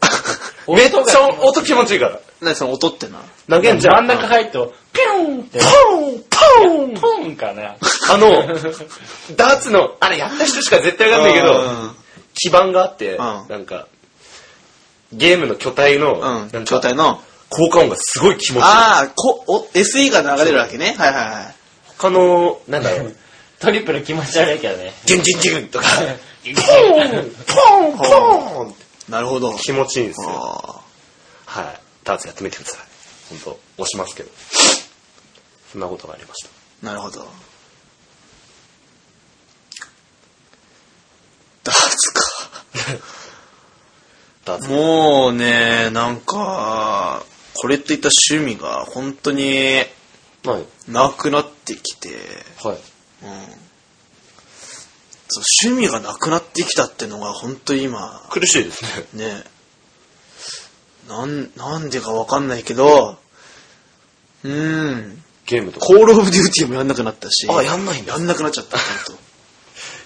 [SPEAKER 3] めっちゃ音気持ちいいから。
[SPEAKER 2] 何その音ってな。
[SPEAKER 3] 投げんじゃ
[SPEAKER 4] 真
[SPEAKER 3] ん。
[SPEAKER 4] ん中入ると、ピュ ンって、
[SPEAKER 3] ポーンパーン
[SPEAKER 4] ポンかな。
[SPEAKER 3] あの、ダーツの、あれやった人しか絶対わかんないけど、基盤があって、
[SPEAKER 2] ん
[SPEAKER 3] なんか、ゲームの巨体の、
[SPEAKER 2] うん、
[SPEAKER 3] な
[SPEAKER 2] うんん。状
[SPEAKER 3] か
[SPEAKER 2] 態、の。
[SPEAKER 3] 効果音がすごい気持ちいい。
[SPEAKER 2] ああ、こ、お、SE が流れるわけね。はいはいはい。
[SPEAKER 3] 他の、なんだろう、
[SPEAKER 4] トリプル気持ち悪いけどね。
[SPEAKER 3] ギュンギュンギュンと か、ポ
[SPEAKER 4] ポ
[SPEAKER 3] ーンポーンポーンって
[SPEAKER 2] なるほど。
[SPEAKER 3] 気持ちいいんですよ。
[SPEAKER 2] あ
[SPEAKER 3] はい。ダーツやってみてください。本当押しますけど。そんなことがありました。
[SPEAKER 2] ーなるほど。ダーツか。
[SPEAKER 3] ダーツ。
[SPEAKER 2] もうね、なんか、これっていった趣味が本当に
[SPEAKER 3] はい。
[SPEAKER 2] なくなってきて、
[SPEAKER 3] はい。
[SPEAKER 2] うん。そう趣味がなくなってきたってのが本当に今、
[SPEAKER 3] 苦しいですね。
[SPEAKER 2] ねえなん、なんでかわかんないけど、うーん、
[SPEAKER 3] ゲームとか。
[SPEAKER 2] コールオブデューティーもやんなくなったし、
[SPEAKER 3] あ、やんないんだ
[SPEAKER 2] や。んなくなっちゃった、ちゃん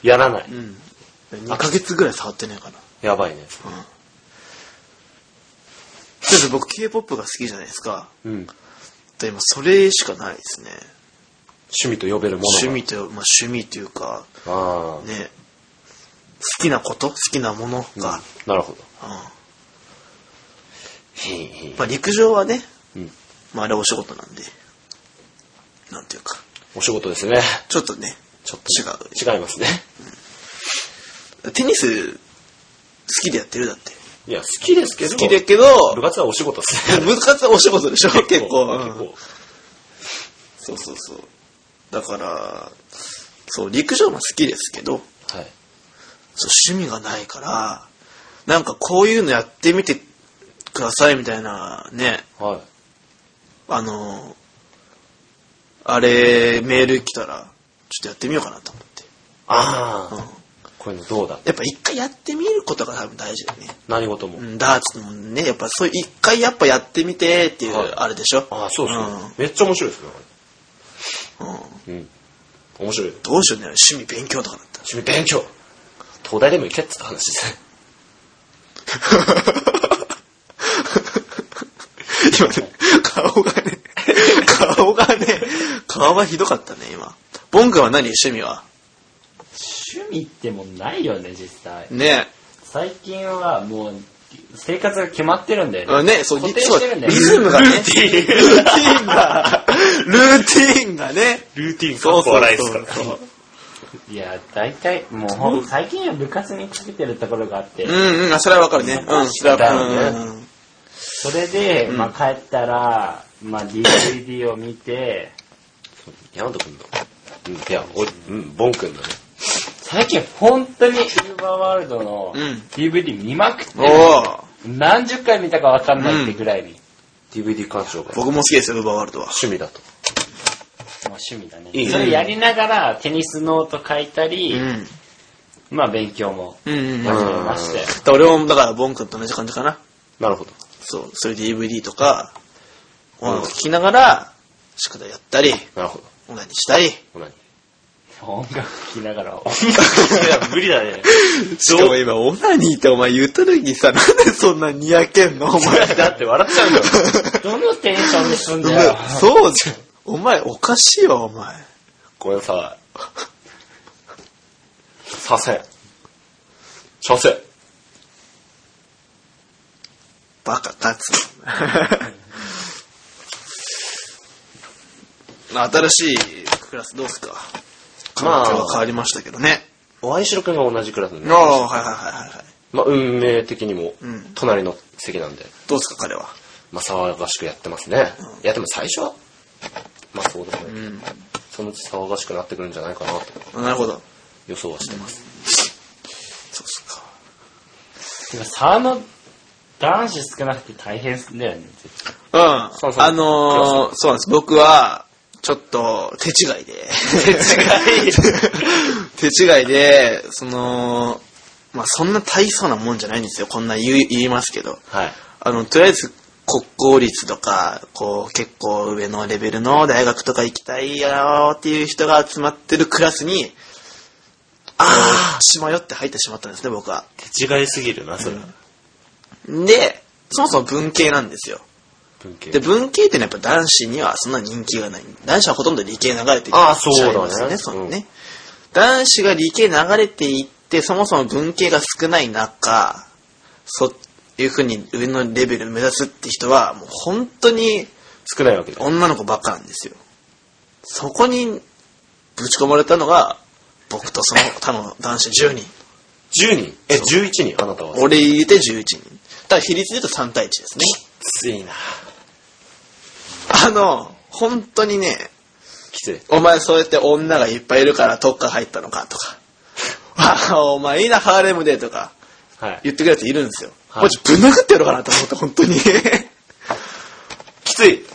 [SPEAKER 3] やらな い
[SPEAKER 2] と。う。ん。2ヶ月ぐらい触ってないかな。
[SPEAKER 3] やばいね。
[SPEAKER 2] とりあえず僕 K-POP が好きじゃないですか。
[SPEAKER 3] うん。
[SPEAKER 2] で今それしかないですね。
[SPEAKER 3] 趣味と呼べるものが。
[SPEAKER 2] 趣味という、まあ趣味というか、
[SPEAKER 3] ああ。
[SPEAKER 2] ね、好きなこと好きなものが、
[SPEAKER 3] なるほど。
[SPEAKER 2] うん
[SPEAKER 3] へいへい。
[SPEAKER 2] まあ陸上はね、
[SPEAKER 3] うん。
[SPEAKER 2] まああれお仕事なんで、なんていうか、
[SPEAKER 3] お仕事ですね。
[SPEAKER 2] ちょっとね、
[SPEAKER 3] ちょっ
[SPEAKER 2] 違う。
[SPEAKER 3] と。違いますね。
[SPEAKER 2] テニス、好きでやってるだって。
[SPEAKER 3] いや、好きですけど。
[SPEAKER 2] 好きだ。けど、
[SPEAKER 3] 部活はお仕事ですね。
[SPEAKER 2] 部活はお仕事でしょ結構。うん
[SPEAKER 3] 結構。
[SPEAKER 2] そうそうそう。だから、そう、陸上も好きですけど、
[SPEAKER 3] はい。
[SPEAKER 2] そう趣味がないから、なんかこういうのやってみてくださいみたいな、ね、
[SPEAKER 3] はい。
[SPEAKER 2] あの、あれ、メール来たら、ちょっとやってみようかなと思って。
[SPEAKER 3] ああ、
[SPEAKER 2] うん
[SPEAKER 3] こういうのどうだ
[SPEAKER 2] やっぱ一回やってみることが多分大事だよね。
[SPEAKER 3] 何事も。
[SPEAKER 2] うん、ダーツもね、やっぱそういう一回やっぱやってみてっていう、
[SPEAKER 3] はい
[SPEAKER 2] あれでしょ。
[SPEAKER 3] ああ、そうそう、
[SPEAKER 2] うん
[SPEAKER 3] めっちゃ面白いですね、
[SPEAKER 2] うん
[SPEAKER 3] あれうん。面白い。
[SPEAKER 2] どうしようね、趣味勉強とかだ ったら。
[SPEAKER 3] 趣味勉強東大でも行けって話ですね。
[SPEAKER 2] 今ね、顔がね、顔がね、顔がひどかったね、今。ボン君は何趣味は
[SPEAKER 4] 趣味ってもうないよね、実際。
[SPEAKER 2] ね
[SPEAKER 4] 最近はもう、生活が決まってるんだよ
[SPEAKER 2] あ
[SPEAKER 4] ね。
[SPEAKER 2] ね、そう、
[SPEAKER 4] 固
[SPEAKER 2] リ
[SPEAKER 4] 定
[SPEAKER 2] そ
[SPEAKER 4] し
[SPEAKER 2] う
[SPEAKER 4] てるんだ
[SPEAKER 2] リ
[SPEAKER 4] よね。
[SPEAKER 2] ズムがね、ルー
[SPEAKER 3] ィ
[SPEAKER 2] ティーンが、ルーティーンがね、
[SPEAKER 3] ルーティン
[SPEAKER 2] そうそう
[SPEAKER 3] 笑い
[SPEAKER 2] そう
[SPEAKER 3] ですから。
[SPEAKER 4] いや、大体、もうほん、最近は部活にかけてるところがあって、
[SPEAKER 2] うんうん、あそれはわかるね。うん、それはわか
[SPEAKER 4] だよ
[SPEAKER 2] る
[SPEAKER 4] ね
[SPEAKER 2] うん。
[SPEAKER 4] それで、まあ帰ったら、まあ DVD を見て、
[SPEAKER 3] 山田君の。うん、いや、俺、うん、ボン君のね。
[SPEAKER 4] 最近本当にウーバーワールドの
[SPEAKER 2] うん
[SPEAKER 4] DVD 見まくってる、
[SPEAKER 2] おー
[SPEAKER 4] 何十回見たかわかんないってぐらいに、
[SPEAKER 3] DVD 鑑賞が
[SPEAKER 2] 僕も好きですよ、ウーバーワールドは。
[SPEAKER 3] 趣味だと。
[SPEAKER 4] まあ趣味だね
[SPEAKER 3] いいね
[SPEAKER 4] それやりながらテニスノート書いた
[SPEAKER 2] う
[SPEAKER 4] り、
[SPEAKER 2] ん。
[SPEAKER 4] まあ勉強も
[SPEAKER 2] うんうん
[SPEAKER 4] 始
[SPEAKER 2] うん。
[SPEAKER 4] めまして、
[SPEAKER 2] だ俺も、だから、ボン君と同じ感じかな。
[SPEAKER 3] なるほど。
[SPEAKER 2] そう、それ DVD とか、音楽聴きながら、宿題やったり、
[SPEAKER 3] なるほど。
[SPEAKER 2] オナニーしたり。
[SPEAKER 3] ほなに。
[SPEAKER 4] 音楽聴きなが
[SPEAKER 3] い
[SPEAKER 4] ら
[SPEAKER 3] や、無理だね。
[SPEAKER 2] しかも今、オナニーってお前言った時にさ、なんでそんなにやけんのお前。
[SPEAKER 3] だって笑っちゃうんだよ。
[SPEAKER 4] どのテンションで済ん
[SPEAKER 2] お
[SPEAKER 4] だよ
[SPEAKER 2] 前そうじゃん。お前、おかしいわ、お前。
[SPEAKER 3] ごめんなさい。させ。させ。
[SPEAKER 2] バカ立つ。まあ新しいクラスどうすか。環境は変わりましたけどね。
[SPEAKER 3] おいしろくんが同じクラスなんで
[SPEAKER 2] ああ、はいはいはいはいはい。
[SPEAKER 3] まあ、運命的にも
[SPEAKER 2] うん、
[SPEAKER 3] 隣の席なんで、
[SPEAKER 2] どうすか彼は。
[SPEAKER 3] まあ、騒がしくやってますね。いや、でも最初は、まあそうですね。そのうち騒がしくなってくるんじゃないかなと
[SPEAKER 2] あなるほど。
[SPEAKER 3] 予想はしてます。
[SPEAKER 2] そうっすか。
[SPEAKER 4] でも沢の男子少なくて大変だよね。絶対
[SPEAKER 2] うん。
[SPEAKER 3] そうそう
[SPEAKER 2] あのー、そうなんです。僕は、ちょっと、手違いで。手違い 手違いで、その、まあ、そんな大層なもんじゃないんですよ。こんな言い言いますけど。
[SPEAKER 3] はい。
[SPEAKER 2] あの、とりあえず、国公立とか、こう、結構上のレベルの大学とか行きたいよーっていう人が集まってるクラスに、あー、しまよって入ってしまったんですね、僕は。
[SPEAKER 3] 手違いすぎるな、それは。
[SPEAKER 2] で、そもそも文系なんですよ。
[SPEAKER 3] 文系
[SPEAKER 2] で、文系ってのはやっぱ男子にはそんな人気がない。男子はほとんど理系流れていっ
[SPEAKER 3] ああそうだ
[SPEAKER 2] ちゃ
[SPEAKER 3] ね
[SPEAKER 2] いますよね、その
[SPEAKER 3] う
[SPEAKER 2] ね。男子が理系流れていって、そもそも文系が少ない中、そういうふうに上のレベル目指すって人は、もう本当に
[SPEAKER 3] 少ないわけだ。
[SPEAKER 2] 女の子ばっかなんですよ。そこにぶち込まれたのが、僕とその他の男子10人。
[SPEAKER 3] 10人え、11人あなたは。き
[SPEAKER 2] 俺入れて11人。だから比率で言うと3対1ですね。
[SPEAKER 3] ついな。
[SPEAKER 2] あの、本当にね、
[SPEAKER 3] きつい。
[SPEAKER 2] お前そうやって女がいっぱいいるから特化入ったのかとか。 あお前いいな、ハーレムでとか
[SPEAKER 3] はい。
[SPEAKER 2] 言ってくるやついるんですよ。
[SPEAKER 3] はい
[SPEAKER 2] マジぶん殴ってやろうかなと思って、本当に。き
[SPEAKER 3] きつい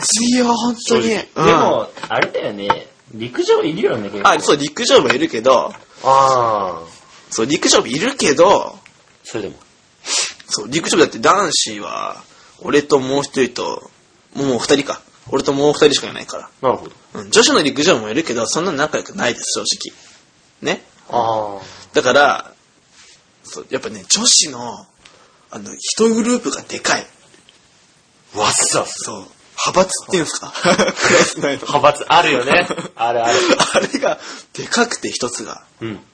[SPEAKER 2] ついよ、本当に。
[SPEAKER 3] 正
[SPEAKER 2] うん、
[SPEAKER 4] でも、あれだよね。陸上いるよね、結構。
[SPEAKER 2] あ、そう、陸上部いるけど、
[SPEAKER 3] ああ。
[SPEAKER 2] そう、陸上部いるけど、
[SPEAKER 3] それでも。
[SPEAKER 2] そう、陸上部だって男子は、俺ともう一人と、もう二人か。俺ともう二人しかいないから。
[SPEAKER 3] なるほど。
[SPEAKER 2] うん、女子の陸上部もいるけど、そんな仲良くないです、正直。ね。
[SPEAKER 3] ああ。
[SPEAKER 2] だから、そうやっぱね、女子の、あの、一グループがでかい。
[SPEAKER 3] わっさ。
[SPEAKER 2] そう。派閥っていうんです かクラス内の。
[SPEAKER 3] 派閥あるよ ね。あるある。
[SPEAKER 2] あれが、でかくて一つが、
[SPEAKER 3] うん。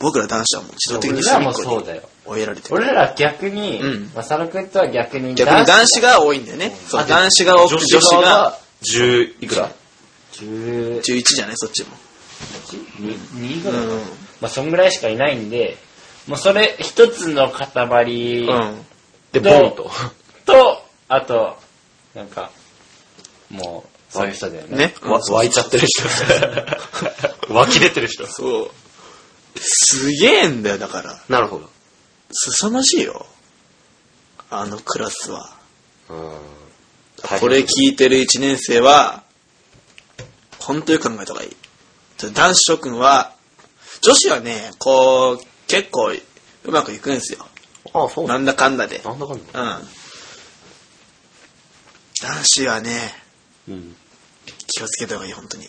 [SPEAKER 2] 僕ら男子はもう自動的に
[SPEAKER 4] 俺
[SPEAKER 2] 隅
[SPEAKER 4] ら
[SPEAKER 2] っ
[SPEAKER 4] も
[SPEAKER 2] こ
[SPEAKER 4] そう
[SPEAKER 2] に
[SPEAKER 4] だよ。
[SPEAKER 2] 終えられてる。
[SPEAKER 4] 俺ら逆に、
[SPEAKER 2] うん
[SPEAKER 4] まさるくんとは逆に
[SPEAKER 2] 逆に男子が多いんだよね。そう、男子が多くて女子が、
[SPEAKER 3] 10いくら
[SPEAKER 4] 11
[SPEAKER 2] 11じゃないそっちも。
[SPEAKER 4] 2ぐ
[SPEAKER 2] う
[SPEAKER 4] らい、
[SPEAKER 2] ん。
[SPEAKER 4] まあそんぐらいしかいないんでもうそれ一つの塊
[SPEAKER 2] うん。
[SPEAKER 3] で、
[SPEAKER 4] ど
[SPEAKER 3] ボ
[SPEAKER 4] う
[SPEAKER 3] ンと。
[SPEAKER 4] とあとなんかもうそういう人だよね
[SPEAKER 2] ね。うん
[SPEAKER 3] わ湧いちゃってる人。 湧き出てる人。
[SPEAKER 2] そう。すげえんだよ、だから。
[SPEAKER 3] なるほど。
[SPEAKER 2] 凄まじいよ。あのクラスは。
[SPEAKER 3] うん。
[SPEAKER 2] これ聞いてる1年生は、本当に考えた方がいい。男子諸君は、女子はね、こう、結構うまくいくんですよ。
[SPEAKER 3] ああ、そう
[SPEAKER 2] なんだかんだで。うん。
[SPEAKER 3] なんだかんだ。
[SPEAKER 2] 男子はね、
[SPEAKER 3] うん。
[SPEAKER 2] 気をつけた方がいい、本当に。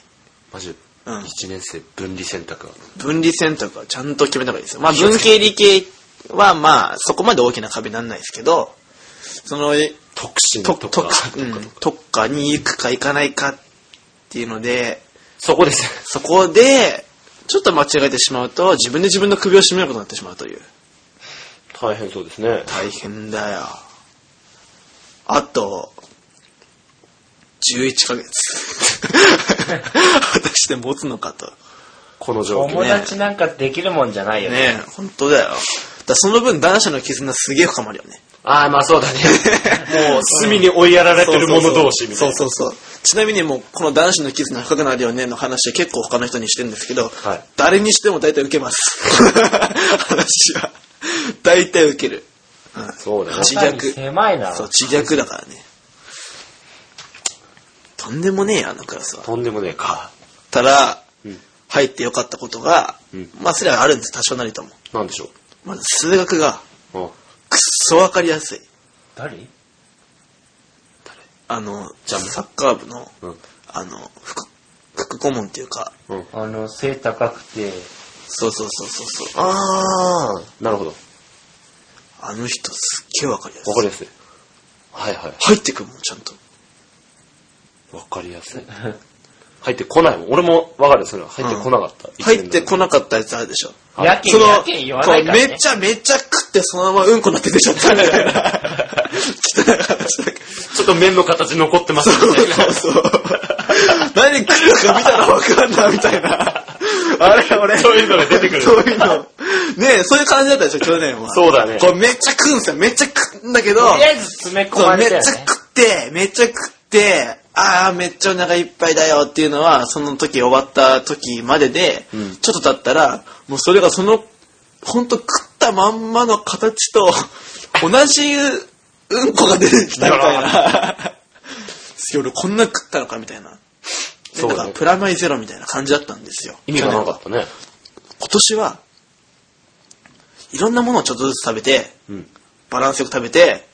[SPEAKER 3] マジで。
[SPEAKER 2] うん。
[SPEAKER 3] 1年生分離選択は。
[SPEAKER 2] 分離選択はちゃんと決めた方がいいですよ。まあ文系理系はまあそこまで大きな壁にならないですけど、その
[SPEAKER 3] 特進
[SPEAKER 2] と
[SPEAKER 3] と
[SPEAKER 2] と
[SPEAKER 3] か。
[SPEAKER 2] うん特化に行くか行かないかっていうので、
[SPEAKER 3] そこです。
[SPEAKER 2] そこで、ちょっと間違えてしまうと、自分で自分の首を絞めることになってしまうという。
[SPEAKER 3] 大変そうですね。
[SPEAKER 2] 大変だよ。あと、11ヶ月。果たして持つのかと。
[SPEAKER 3] この状況。
[SPEAKER 4] 友達なんかできるもんじゃないよね
[SPEAKER 2] ねえ、本当だよ。だからその分男子の絆すげえ深まるよね。
[SPEAKER 3] ああ、まあそう だね。もう、隅に追いやられてる者同士みたいな。
[SPEAKER 2] そうそうそう。ちなみにもう、この男子の絆深くなるよねの話は結構他の人にしてるんですけど、
[SPEAKER 3] はい
[SPEAKER 2] 誰にしても大体受けます。 話は。大体受ける。うん
[SPEAKER 3] そうだね
[SPEAKER 2] 自
[SPEAKER 4] 肩身
[SPEAKER 2] 虐。
[SPEAKER 4] 狭いな
[SPEAKER 2] そう、自虐だからね。とんでもねえよ、あのクラスは。
[SPEAKER 3] とんでもねえか。
[SPEAKER 2] たら、
[SPEAKER 3] うん
[SPEAKER 2] 入ってよかったことが、
[SPEAKER 3] うん
[SPEAKER 2] まあ、それはあるんです、多少なりとも。
[SPEAKER 3] なんでしょ
[SPEAKER 2] まず、数学が、
[SPEAKER 3] う。うん。
[SPEAKER 2] くっそわかりやすい。
[SPEAKER 4] 誰
[SPEAKER 2] あの、
[SPEAKER 3] ジャンプ
[SPEAKER 2] サッカー部の、
[SPEAKER 3] うん。
[SPEAKER 2] あの、副、副顧問っていうか、
[SPEAKER 3] うん。
[SPEAKER 4] あの背高くて
[SPEAKER 2] そうそうそうそうそう。
[SPEAKER 3] ああ、なるほど。わ
[SPEAKER 2] あの人すっげえわかりやす
[SPEAKER 3] かり
[SPEAKER 2] い。
[SPEAKER 3] やすい。はいは
[SPEAKER 2] 入ってくるもん、ちゃんと。
[SPEAKER 3] い。わかりやすい。入ってこないもん。俺もわかる、それは。入ってこなかった。一
[SPEAKER 2] 入
[SPEAKER 3] 年
[SPEAKER 2] って
[SPEAKER 3] で
[SPEAKER 2] こなかったやつあるでしょ。
[SPEAKER 3] あ
[SPEAKER 4] やけ
[SPEAKER 2] そ
[SPEAKER 4] に
[SPEAKER 2] の、
[SPEAKER 4] やけに言わないから、ね、
[SPEAKER 2] こうめちゃめちゃ食ってそのままうんこなって出ちゃったみたいな。汚い話だけど。
[SPEAKER 3] ちょっと面の形残ってます
[SPEAKER 2] そ
[SPEAKER 3] みたいうな。
[SPEAKER 2] そうそう。か見たらわかんな、みたいな。あれ、俺。
[SPEAKER 3] そういうのが出てくる
[SPEAKER 2] そういうの。ねえ、そういう感じだったでしょ、去年は。
[SPEAKER 3] そうだね
[SPEAKER 2] これめっちゃ食うんすよ、めっちゃ食うんだけど、
[SPEAKER 4] とりあえず詰め込
[SPEAKER 2] そ
[SPEAKER 4] ま
[SPEAKER 2] うめ
[SPEAKER 4] れ
[SPEAKER 2] っち
[SPEAKER 4] たよ
[SPEAKER 2] ゃ
[SPEAKER 4] ね。
[SPEAKER 2] 食って、めっちゃ食って、ああ、めっちゃお腹いっぱいだよっていうのは、その時終わった時までで、ちょっと経ったら、もうそれがその、ほんと食ったまんまの形と、同じうんこが出てきたみたいな。すごい俺こんな食ったのかみたいな。で
[SPEAKER 3] そう
[SPEAKER 2] だか
[SPEAKER 3] ね
[SPEAKER 2] らプラマイゼロみたいな感じだったんですよ。
[SPEAKER 3] 意味がなかったね。
[SPEAKER 2] 今年はいろんなものをちょっとずつ食べて、
[SPEAKER 3] ん
[SPEAKER 2] バランスよく食べて、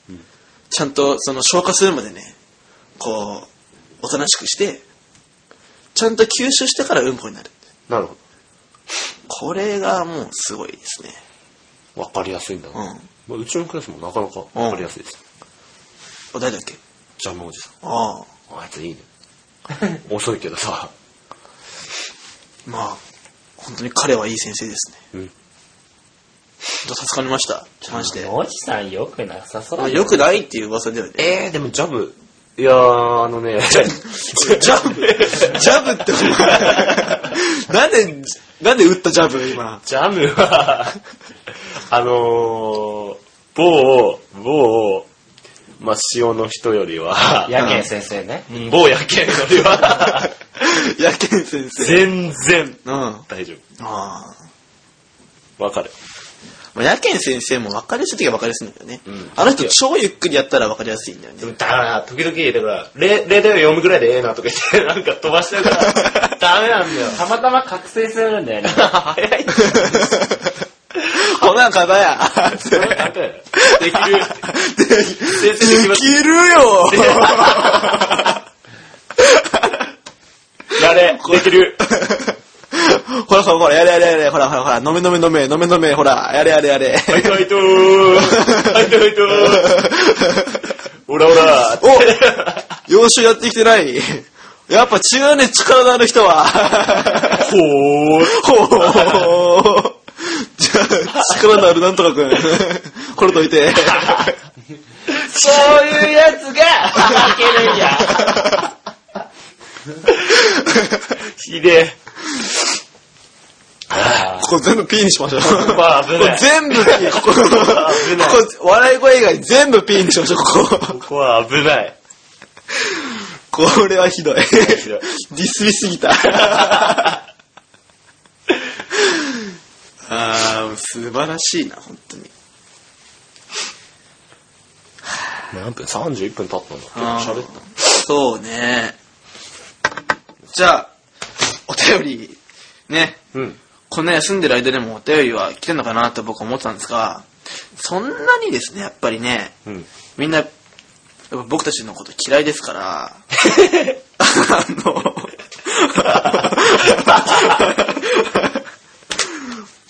[SPEAKER 2] ちゃんとその消化するまでねこうおとなしくしてちゃんと吸収してからうんこになる
[SPEAKER 3] なるほ
[SPEAKER 2] これがもうすごいですね
[SPEAKER 3] ど。わかりやすいんだ
[SPEAKER 2] う
[SPEAKER 3] な。
[SPEAKER 2] ん
[SPEAKER 3] まあうちのクラスもなかなかわかりやすいです。
[SPEAKER 2] お誰だっけ
[SPEAKER 3] ジャムおじさ
[SPEAKER 2] ああ
[SPEAKER 3] ん。あいついいね。遅いけどさ。
[SPEAKER 2] まあ本当に彼はいい先生ですね
[SPEAKER 3] うん。
[SPEAKER 2] 本当助かりましたマジで
[SPEAKER 4] おじさんよくなさそうだ
[SPEAKER 2] あ
[SPEAKER 4] ね
[SPEAKER 2] よくないっていう噂だよね
[SPEAKER 3] えー、でもジャブ。いやー、あのね、
[SPEAKER 2] ジャブジャブってお前なんでなんで打ったジャブ今
[SPEAKER 3] ジャムは、 あのー、某、某、まあ、塩の人よりは、
[SPEAKER 4] やけん先生ね。
[SPEAKER 3] 某野犬よりは、
[SPEAKER 2] 野犬先生
[SPEAKER 3] 全然
[SPEAKER 2] うん。あ
[SPEAKER 3] 大丈
[SPEAKER 2] あ。
[SPEAKER 3] 夫。わかる。
[SPEAKER 2] まあ、やけん先生も分かりやすい時は分かりやすいんだよね。
[SPEAKER 3] ん
[SPEAKER 2] あの人超ゆっくりやったら分かりやすいんだよね。
[SPEAKER 3] だから、時々、だから、例例題を読むぐらいでええなとか言って、なんか飛ばしてるから、 ダメなんだよ。
[SPEAKER 4] たまたま覚醒するんだよね。
[SPEAKER 3] 早い。
[SPEAKER 2] こん なん方や。って
[SPEAKER 3] でき る。先生でき
[SPEAKER 2] で
[SPEAKER 3] ます。
[SPEAKER 2] きるよ
[SPEAKER 3] やれ、できる。
[SPEAKER 2] ほらほらほら、やれやれやれ、ほらほらほら、飲め飲め飲め、飲め飲め、ほら、やれやれやれ。
[SPEAKER 3] はいとはいとー。はいとはいとー。オラオラ。
[SPEAKER 2] お洋酒やってきてないやっぱ違うね、力のある人は。
[SPEAKER 3] ほー。
[SPEAKER 2] ほう。じゃあ、力のあるなんとかくん。これといて。
[SPEAKER 4] そういうやつ が、いけるんや。
[SPEAKER 3] ひでえ。
[SPEAKER 2] ここ全部 P にしましょう。
[SPEAKER 3] まあ、危ない。
[SPEAKER 2] 全部 P、ここ、こ
[SPEAKER 3] 危ない
[SPEAKER 2] こ、笑い声以外全部 P にしましょう、こ
[SPEAKER 3] ここは危ない。
[SPEAKER 2] こ。これはひどい。デ
[SPEAKER 3] ひどい
[SPEAKER 2] ィスりすぎた。あー、素晴らしいな、本当に。
[SPEAKER 3] 何分 ?31 分経ったんだ。喋った。
[SPEAKER 2] そうね。じゃあ、お便り、ね、
[SPEAKER 3] うん。
[SPEAKER 2] こんな休んでる間でもお便りは来てんのかなって僕は思ってたんですが、そんなにですね、やっぱりね、
[SPEAKER 3] うん。
[SPEAKER 2] みんな、やっぱ僕たちのこと嫌いです から、あの、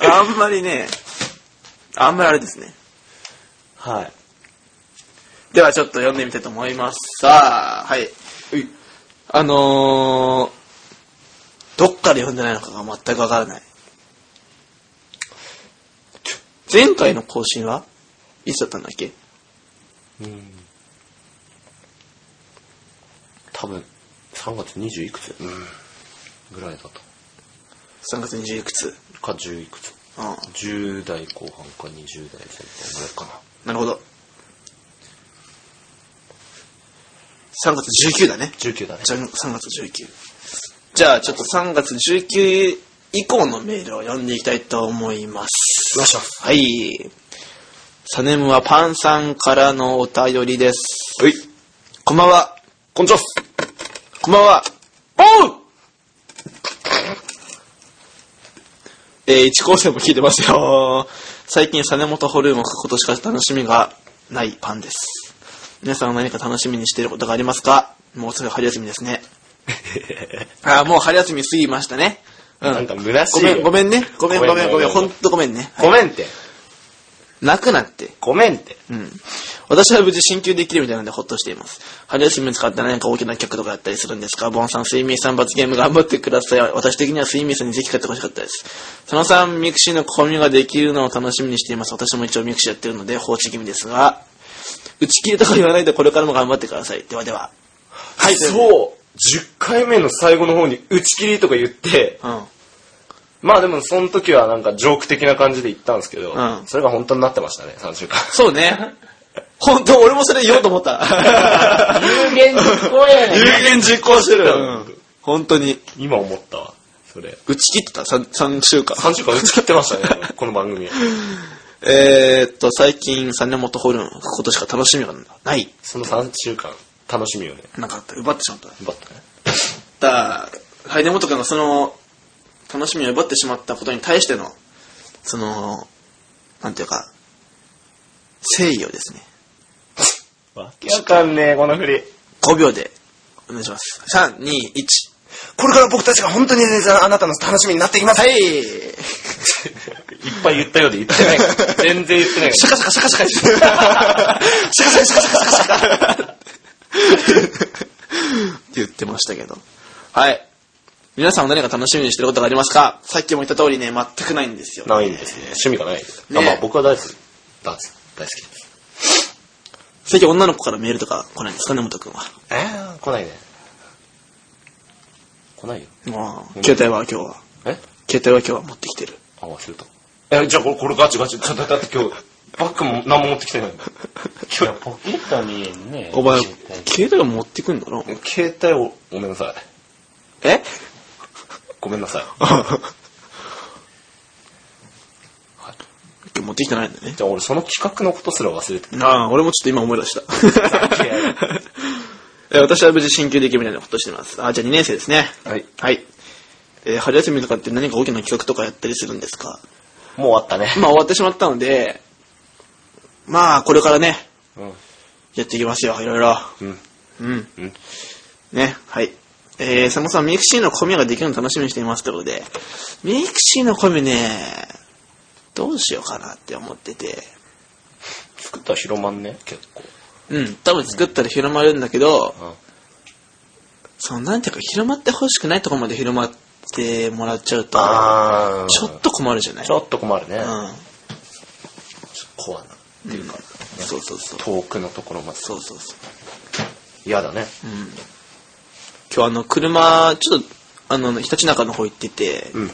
[SPEAKER 2] あんまりね、あんまりあれですね。
[SPEAKER 3] はい。
[SPEAKER 2] ではちょっと読んでみたいと思います。さあ、はい。あのー、どっから読んでないのかが全くわからない。前回の更新はいつだったんだっけ
[SPEAKER 3] うん。多分、3月20いくつうん。ぐらいだと。
[SPEAKER 2] ?3 月20いくつ。
[SPEAKER 3] か、10いくつ。
[SPEAKER 2] うん。
[SPEAKER 3] 10代後半か20代前半ぐらいか
[SPEAKER 2] な
[SPEAKER 3] な。
[SPEAKER 2] るほど。3月19だね。
[SPEAKER 3] 19だね
[SPEAKER 2] じゃあ3月19。じゃあちょっと3月19以降のメールを読んでいきたいと思います。
[SPEAKER 3] よいしょ
[SPEAKER 2] はい。サネムはパンさんからのお便りです。
[SPEAKER 3] はい。
[SPEAKER 2] こんばんは。
[SPEAKER 3] こんにちは
[SPEAKER 2] こんばんは。
[SPEAKER 3] おう
[SPEAKER 2] えー、一高生も聞いてますよ。最近、サネモとホルームを書くことしか楽しみがないパンです。皆さんは何か楽しみにしていることがありますかもうすぐ春休みですね。あー、もう春休み過ぎましたね。うん。
[SPEAKER 3] なんか虚し
[SPEAKER 2] ご
[SPEAKER 3] いよ
[SPEAKER 2] めん、ごめんね。ごめん、ごめん、ご
[SPEAKER 3] ご
[SPEAKER 2] め
[SPEAKER 3] め
[SPEAKER 2] ん。
[SPEAKER 3] ん
[SPEAKER 2] ほんとごめんね。
[SPEAKER 3] ごめんって。
[SPEAKER 2] 泣くなって。
[SPEAKER 3] ごめんって。
[SPEAKER 2] うん。私は無事進級できるみたいなのでほっとしています。春休みを使って何か大きな企画とかやったりするんですかボンさん、スイミーさん、罰ゲーム頑張ってください。私的にはスイミーさんにぜひ買ってほしかったです。佐野さん、ミクシーのコミュができるのを楽しみにしています。私も一応ミクシーやってるので放置気味ですが、打ち切りとか言わないでこれからも頑張ってください。ではでは。はい、という
[SPEAKER 3] そう10回目の最後の方に打ち切りとか言って、
[SPEAKER 2] うん。
[SPEAKER 3] まあでもその時はなんかジョーク的な感じで言ったんですけど、
[SPEAKER 2] うん
[SPEAKER 3] それが本当になってましたね、3週間。
[SPEAKER 2] そうね。本当俺もそれ言おうと思った。
[SPEAKER 4] 有言実行やねん。
[SPEAKER 2] 有言実行してる。 本当に。
[SPEAKER 3] 今思ったわ、それ。
[SPEAKER 2] 打ち切った 3, 3週間。
[SPEAKER 3] 3週間打ち切ってましたね、 この番組。
[SPEAKER 2] えーっと、最近サネモトホルン、ことしか楽しみがない。
[SPEAKER 3] その3週間、楽しみよね。
[SPEAKER 2] なんか、奪ってしまった。
[SPEAKER 3] 奪ったね。
[SPEAKER 2] だ、ハイデモト君がその、楽しみを奪ってしまったことに対しての、その、なんていうか、誠意をですね、
[SPEAKER 3] わけわかんねえ、この振り。
[SPEAKER 2] 5秒でお願いします。3、2、1。
[SPEAKER 3] これから僕たちが本当に全然あなたの楽しみになっていきます。はい。いっぱい言ったようで言ってない から。全然言ってないか
[SPEAKER 2] シャカシャカシャカシャカしてるシャカシャカシャカシャカシャカって言ってましたけど。はい。皆さんは何か楽しみにしてることがありますかさっきも言った通りね、全くないんですよ。
[SPEAKER 3] ら。ないんですね。趣味がない。
[SPEAKER 2] ねえ
[SPEAKER 3] まあ僕は大好き。大好き。大好きです。
[SPEAKER 2] 最近女の子からメールとか来ないんですか根本くんは。
[SPEAKER 3] えー、来ないね。来ないよ。
[SPEAKER 2] もう、携帯は今日は。
[SPEAKER 3] え
[SPEAKER 2] 携帯は今日は持ってきてる。
[SPEAKER 3] あ、忘れた。え、じゃあこれ、これガチガチ。だだって今日、バッグも何も持ってきてないんだ。
[SPEAKER 4] いやポケットにね。
[SPEAKER 2] お前
[SPEAKER 4] 絶対、
[SPEAKER 2] 携帯は持ってくんだろ
[SPEAKER 3] 携帯を、ごめんなさい。
[SPEAKER 2] え
[SPEAKER 3] ごめんなさい。
[SPEAKER 2] 今日持ってきてないんだね。
[SPEAKER 3] じゃあ俺その企画のことすら忘れてた。
[SPEAKER 2] ああ、俺もちょっと今思い出した。 え私は無事進級できるみたいなことしてます。あ、じゃあ2年生ですね。
[SPEAKER 3] はい。
[SPEAKER 2] はい。えー春休みとかって何か大きな企画とかやったりするんですか
[SPEAKER 3] もう終わったね。
[SPEAKER 2] まあ終わってしまったので、まあこれからね、
[SPEAKER 3] うん。
[SPEAKER 2] やっていきますよ、いろいろ。
[SPEAKER 3] うん。
[SPEAKER 2] うん。
[SPEAKER 3] うん
[SPEAKER 2] ね、はい。えー、サモさん、ミクシーのコミュができるの楽しみにしていますということで、ミクシーのコミュね、どうしようかなって思ってて、
[SPEAKER 3] 作ったら広まんね、結構。
[SPEAKER 2] うん、多分作ったら広まるんだけど、
[SPEAKER 3] うん
[SPEAKER 2] その、なんていうか、広まってほしくないところまで広まってもらっちゃうと、
[SPEAKER 3] あ
[SPEAKER 2] ちょっと困るじゃない
[SPEAKER 3] ちょっと困るね。
[SPEAKER 2] うん。
[SPEAKER 3] 怖な。
[SPEAKER 2] っていうか、そうそうそう。
[SPEAKER 3] 遠くのところまで。
[SPEAKER 2] そうそうそう。
[SPEAKER 3] 嫌だね。
[SPEAKER 2] 今日あの、車、ちょっと、あの、ひたちなかの方行ってて、
[SPEAKER 3] うん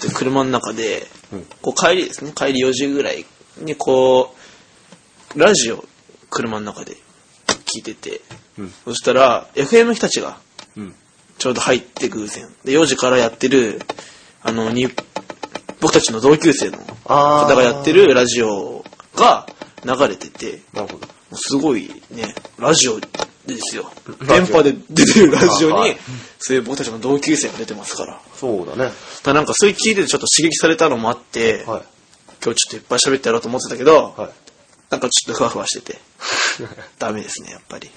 [SPEAKER 2] で車の中で、
[SPEAKER 3] うん
[SPEAKER 2] こう帰りですね、帰り4時ぐらいにこう、ラジオ、車の中で聞いてて、
[SPEAKER 3] うん
[SPEAKER 2] そしたら、FM ひたちが
[SPEAKER 3] うん。
[SPEAKER 2] ちょうど入って偶然。で、4時からやってる、あの、に、僕たちの同級生の
[SPEAKER 3] あー
[SPEAKER 2] 方がやってるラジオが流れてて、
[SPEAKER 3] なるほど。
[SPEAKER 2] すごいね、ラジオですよ。電
[SPEAKER 3] ラジオ
[SPEAKER 2] 波で出てるラジ
[SPEAKER 3] あ
[SPEAKER 2] オ
[SPEAKER 3] は
[SPEAKER 2] に
[SPEAKER 3] い、
[SPEAKER 2] そういう僕たちの同級生が出てますから。だか
[SPEAKER 3] そうだね。
[SPEAKER 2] らなんかそういう聞いててちょっと刺激されたのもあって、
[SPEAKER 3] は
[SPEAKER 2] 今日ちょっといっぱい喋ってやろうと思ってたけど、
[SPEAKER 3] い。はい。
[SPEAKER 2] なんかちょっとふわふわして て、ダメですね、やっぱり。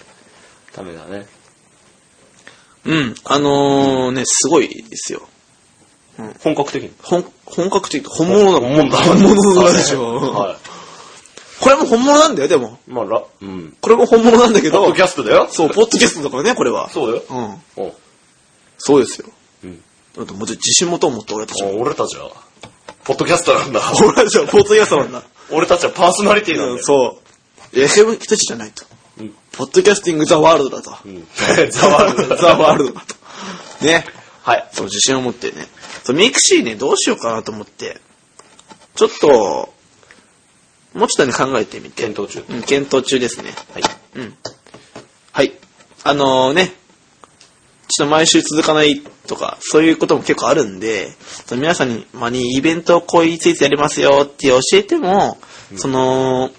[SPEAKER 3] ダメだね。
[SPEAKER 2] うん、あのー、ね、すごいですよ。
[SPEAKER 3] 本格的に。
[SPEAKER 2] 本、本格的、本物だもん。
[SPEAKER 3] 本物だ
[SPEAKER 2] 本物のラジオ。
[SPEAKER 3] は
[SPEAKER 2] これも本物なんだよ、でも。
[SPEAKER 3] い。まあ、ら、うん。
[SPEAKER 2] これも本物なんだけ
[SPEAKER 3] ポッ
[SPEAKER 2] ど
[SPEAKER 3] ドキ、ャストだよ。
[SPEAKER 2] そう、ポッドキャストだからね、これは。
[SPEAKER 3] そうだよ。
[SPEAKER 2] うん。
[SPEAKER 3] おう
[SPEAKER 2] そうですよ。
[SPEAKER 3] うん。
[SPEAKER 2] だってもう自信持とう思った俺たち
[SPEAKER 3] あ
[SPEAKER 2] も。
[SPEAKER 3] 俺たちは、ポッドキャストなんだ。
[SPEAKER 2] 俺たちはポートキャストなんだ。
[SPEAKER 3] 俺たちはパーソナリティなん
[SPEAKER 2] う
[SPEAKER 3] だ
[SPEAKER 2] ん、
[SPEAKER 3] よ。
[SPEAKER 2] そう。FM 人じゃないと。
[SPEAKER 3] うん
[SPEAKER 2] ポッドキャスティングザワールドだと。
[SPEAKER 3] うん。 ざわる。
[SPEAKER 2] ザワールドだと。ね。
[SPEAKER 3] はい。
[SPEAKER 2] そう、自信を持ってね。そう、ミクシーね、どうしようかなと思って。ちょっと、もうちょっとね、考えてみて。
[SPEAKER 3] 検討中。
[SPEAKER 2] うん、検討中ですね。
[SPEAKER 3] はい。
[SPEAKER 2] うん。はい。あのね、ちょっと毎週続かないとか、そういうことも結構あるんで、その皆さんに、まあ、にイベントをこういうついつやりますよって教えても、その、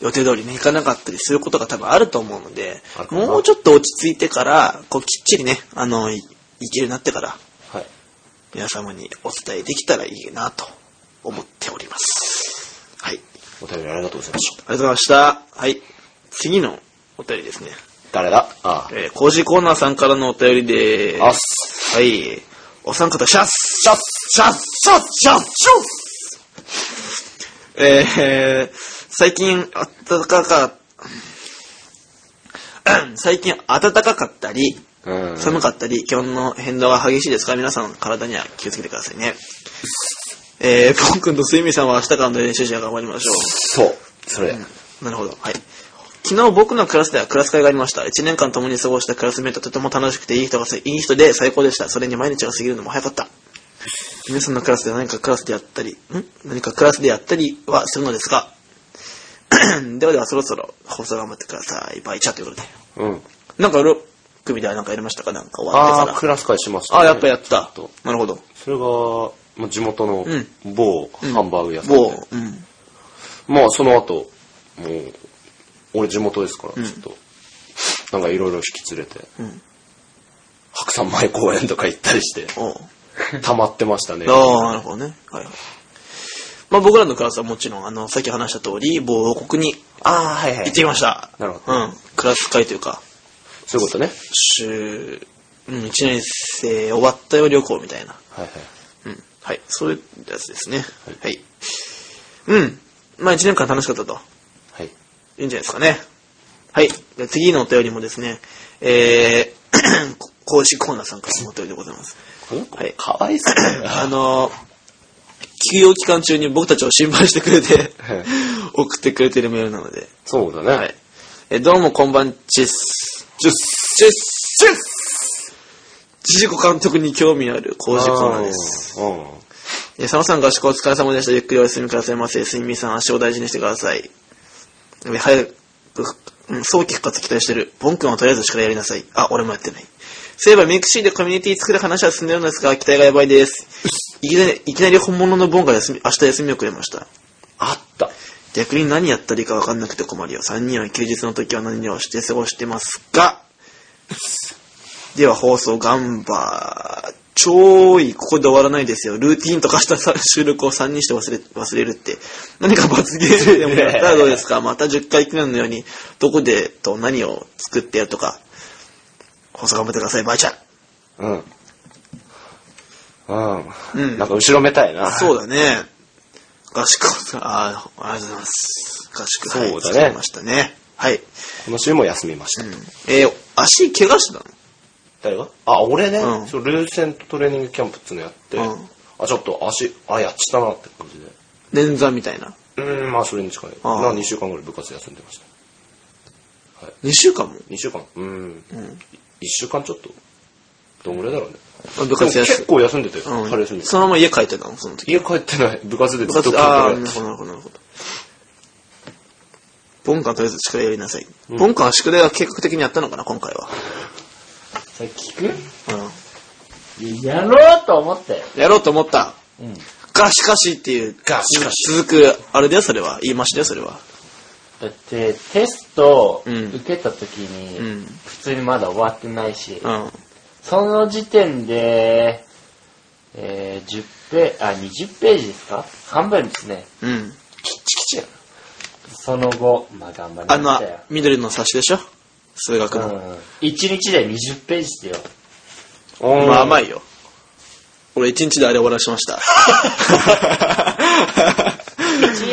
[SPEAKER 2] 予定通りね、いかなかったりすることが多分あると思うので
[SPEAKER 3] ある、かな
[SPEAKER 2] もうちょっと落ち着いてから、こうきっちりね、あの、いいけるようになってから、
[SPEAKER 3] はい。
[SPEAKER 2] 皆様にお伝えできたらいいなと思っております。はい。
[SPEAKER 3] お便りありがとうございまし
[SPEAKER 2] あ
[SPEAKER 3] た。
[SPEAKER 2] りがとうございました。はい。次のお便りですね。
[SPEAKER 3] 誰だあ
[SPEAKER 2] えー、工事コーナーさんからのお便りで
[SPEAKER 3] あ。あっ
[SPEAKER 2] す。
[SPEAKER 3] す。
[SPEAKER 2] はい。お三方、シャッシャッシャッシャッシャッシャッえーえー、最近あった かか、最近暖かかったり、
[SPEAKER 3] うん
[SPEAKER 2] 寒かったり、気温の変動が激しいですから、皆さん体には気をつけてくださいね。えー、ポン君とスイミーさんは明日からの練習試合頑張りましょう。
[SPEAKER 3] そう。それ。
[SPEAKER 2] なるほど。はい。昨日僕のクラスではクラス会がありました。1年間共に過ごしたクラスメイトとても楽しくていい人がせ、いい人で最高でした。それに毎日が過ぎるのも早かった。皆さんのクラスで何かクラスでやったり、ん何かクラスでやったりはするのですか ではではそろそろ放送頑張ってください。バイチャということで。
[SPEAKER 3] うん。
[SPEAKER 2] なんかロックみたいななんかやりましたかなんか終わって
[SPEAKER 3] ああ、
[SPEAKER 2] か
[SPEAKER 3] クラス会しました、
[SPEAKER 2] ら。ああ、やっぱやった
[SPEAKER 3] ちょっと。
[SPEAKER 2] なるほど。
[SPEAKER 3] それが、まあ、地元の
[SPEAKER 2] うん
[SPEAKER 3] 某ハンバーグ屋さんで、
[SPEAKER 2] 某、うん。
[SPEAKER 3] まあその後、もう、俺地元ですから、ちょっと、なんかいろいろ引き連れて、
[SPEAKER 2] ん
[SPEAKER 3] 白山前公園とか行った りして、
[SPEAKER 2] おう
[SPEAKER 3] 溜まってましたね。
[SPEAKER 2] ああ、なるほどね。はいはい。まあ僕らのクラスはもちろん、あの、さっき話した通り、某国に
[SPEAKER 3] ああ、はいは
[SPEAKER 2] 行ってきました。
[SPEAKER 3] なるほど
[SPEAKER 2] うん。クラス会というか、
[SPEAKER 3] そういうことね。
[SPEAKER 2] 週、うん、1年生終わったよ旅行みたいな。
[SPEAKER 3] はいはい。
[SPEAKER 2] うん。はい。そういうやつですね。はい。うん。まあ1年間楽しかったと。
[SPEAKER 3] はい。
[SPEAKER 2] いいんじゃないですかね。はい。じゃあ次のお便りもですね、えー、 こ公式コーナーさんからのお便りでございます。
[SPEAKER 3] この子
[SPEAKER 2] はい
[SPEAKER 3] かわいっす ね。
[SPEAKER 2] あの、休養期間中に僕たちを心配してくれて
[SPEAKER 3] はい、
[SPEAKER 2] 送ってくれてるメールなので。
[SPEAKER 3] そうだね。
[SPEAKER 2] はい。え、どうもこんばんちっす。
[SPEAKER 3] ジュ
[SPEAKER 2] ちっ
[SPEAKER 3] ッ
[SPEAKER 2] すちっすジジコ監督に興味ある公式コーナーです。
[SPEAKER 3] うん。
[SPEAKER 2] えー佐野さん合宿お疲れ様でした。ゆっくりお休みくださいませ。すみみさん足を大事にしてください。えー早く、うん早期復活期待してる。ボン君はとりあえず力やりなさい。あ、俺もやってない。そういえばミクシーでコミュニティ作る話は進んでるのですが、期待がやばいです。いきなり、いきなり本物のボンが休み、明日休みをくれました。
[SPEAKER 3] あった。
[SPEAKER 2] 逆に何やったらいいかわかんなくて困るよ。3人は休日の時は何をして過ごしてますかでは放送ガンバー。ちょーい、ここで終わらないですよ。ルーティンとかしたさ収録を3人して忘れ、忘れるって。何か罰ゲームでもやったらどう ですかまた10回記念のように、どこでと何を作ってやるとか。放送頑張ってください、ばあちゃん。
[SPEAKER 3] うん。うん。
[SPEAKER 2] うん
[SPEAKER 3] なんか後ろめたいな。
[SPEAKER 2] そうだね。合宿を、あーありがとうございます。合宿、はい
[SPEAKER 3] そうだね
[SPEAKER 2] 作りましたね。はい。
[SPEAKER 3] この週も休みました。
[SPEAKER 2] えー足怪我してたの
[SPEAKER 3] 誰があ、俺ね、
[SPEAKER 2] うん
[SPEAKER 3] そうルーセントトレーニングキャンプっつうのやって、
[SPEAKER 2] うん
[SPEAKER 3] あ、ちょっと足、あ、やっちゃったなって感じで。
[SPEAKER 2] 捻挫みたいな。
[SPEAKER 3] うーん、まあそれに近い。
[SPEAKER 2] ああ
[SPEAKER 3] まあ2週間ぐらい部活休んでました。
[SPEAKER 2] 2週間も、
[SPEAKER 3] 2週間うーん。1週間ちょっと。どんぐらいだろうね。
[SPEAKER 2] あ部活
[SPEAKER 3] でも結
[SPEAKER 2] 休
[SPEAKER 3] 構休んでたよ。
[SPEAKER 2] む。
[SPEAKER 3] 春
[SPEAKER 2] う
[SPEAKER 3] 休み
[SPEAKER 2] ん。。そのまま家帰ってたのその時。
[SPEAKER 3] 家帰ってない。部活で
[SPEAKER 2] 部
[SPEAKER 3] ずっと
[SPEAKER 2] 活
[SPEAKER 3] 来
[SPEAKER 2] ああ、
[SPEAKER 3] て
[SPEAKER 2] な
[SPEAKER 3] る
[SPEAKER 2] るほど、なるほど、なるほど。ボンカンとりあえず力やりなさい。ボンカンは宿題は計画的にやったのかな、今回は。
[SPEAKER 4] それ聞
[SPEAKER 2] う
[SPEAKER 4] くやろうと思ったよ。
[SPEAKER 2] ん。やろうと思った。
[SPEAKER 4] うん。
[SPEAKER 2] が、しかしっていう。
[SPEAKER 3] がしかし
[SPEAKER 2] 続く、あれだよ、それは。言いましたよ、それは。
[SPEAKER 4] だって、テスト
[SPEAKER 2] うん
[SPEAKER 4] 受けた時
[SPEAKER 2] う
[SPEAKER 4] に、
[SPEAKER 2] ん。
[SPEAKER 4] 普通にまだ終わってないし、
[SPEAKER 2] うん。
[SPEAKER 4] その時点で、えー、10ページ、あ、20ページですか半分ですね。
[SPEAKER 2] うん。
[SPEAKER 4] その後、まあ頑張りま
[SPEAKER 2] あ
[SPEAKER 4] し
[SPEAKER 2] の
[SPEAKER 4] たよ、。
[SPEAKER 2] 緑の冊子でしょ数学の。
[SPEAKER 4] うん。一日で20ページってよ。
[SPEAKER 3] おー
[SPEAKER 2] まあ甘いよ。俺一日であれ終わらしま した。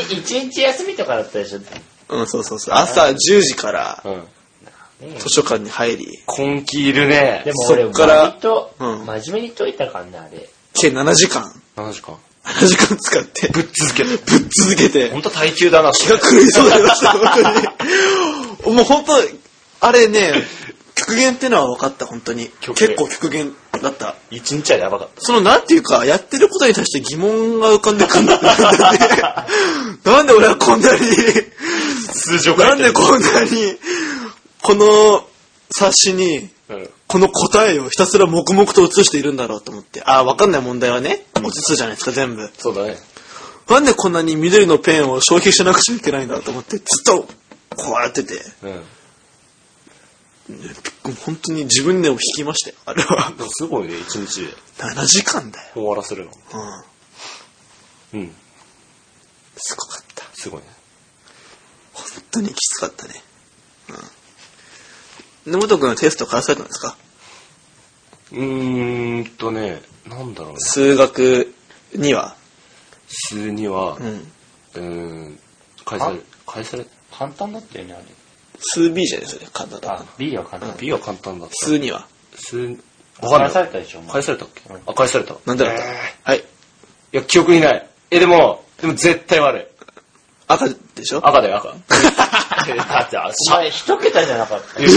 [SPEAKER 4] 一日一日休みとかだったでしょ。ね
[SPEAKER 2] うん、そうそうそう。朝10時から
[SPEAKER 3] うん。
[SPEAKER 4] え
[SPEAKER 2] 図書館に入り、
[SPEAKER 3] 根気いるね
[SPEAKER 4] で。も俺、
[SPEAKER 2] そっから
[SPEAKER 4] 割と、
[SPEAKER 2] うん
[SPEAKER 4] 真面目に解いたからね、あれ。
[SPEAKER 2] 計7時間、
[SPEAKER 3] 何時間
[SPEAKER 2] 7時間使って、ぶ
[SPEAKER 3] ぶっ続けて。
[SPEAKER 2] っ続けて、
[SPEAKER 3] ほんと耐久だな、
[SPEAKER 2] 気が狂いそうになりました、本当に。もう本当、あれね、極限ってのは分かった、本当に。
[SPEAKER 3] 極
[SPEAKER 2] 結
[SPEAKER 3] 限
[SPEAKER 2] 構極限だった。
[SPEAKER 3] 一日はやばかった。
[SPEAKER 2] その、なんていうか、やってることに対して疑問が浮かんでくるんだよね なんで俺はこんなに、
[SPEAKER 3] 通常
[SPEAKER 2] なんでこんなに、この冊子に、
[SPEAKER 3] うん。
[SPEAKER 2] この答えをひたすら黙々と写しているんだろうと思って。ああ、わかんない問題はね、写すじゃないですか、全部。
[SPEAKER 3] そうだね。
[SPEAKER 2] なんでこんなに緑のペンを消費しなくちゃいけないんだと思って、ずっと、こうやってて、
[SPEAKER 3] うん。
[SPEAKER 2] 本当に自分でも引きましたよ、あれは。
[SPEAKER 3] でもすごいね、一日で
[SPEAKER 2] 7時間だよ。
[SPEAKER 3] 終わらせるの。
[SPEAKER 2] うん。
[SPEAKER 3] うん。
[SPEAKER 2] すごかった。
[SPEAKER 3] すごいね。
[SPEAKER 2] 本当にきつかったね。うん。根本くんのテストからされたんですか
[SPEAKER 3] うーんとね、なんだろうね。
[SPEAKER 2] 数学には。
[SPEAKER 3] 数には、
[SPEAKER 2] うん。
[SPEAKER 3] うーん、返され
[SPEAKER 4] あ、
[SPEAKER 3] 返され、
[SPEAKER 4] 簡単だったよね、あ
[SPEAKER 2] 数 B じゃないですよね、簡単
[SPEAKER 4] れ。
[SPEAKER 2] だ
[SPEAKER 4] あ。、B は簡単だった。
[SPEAKER 3] B は簡単だった。
[SPEAKER 2] 数には。
[SPEAKER 3] 数、わか
[SPEAKER 4] 返
[SPEAKER 3] ん
[SPEAKER 4] さ
[SPEAKER 3] ない。
[SPEAKER 4] れたでしょ、お前
[SPEAKER 3] 返されたっけ
[SPEAKER 4] うん
[SPEAKER 3] あ、返された。
[SPEAKER 2] なんでだった、
[SPEAKER 3] え
[SPEAKER 2] はい。ー
[SPEAKER 3] ーいや、記憶にない。え、でも、でも絶対悪い。
[SPEAKER 2] 赤でしょ
[SPEAKER 3] 赤だよ、赤。
[SPEAKER 4] だって、お前一桁じゃなかった。
[SPEAKER 3] ええ
[SPEAKER 4] あ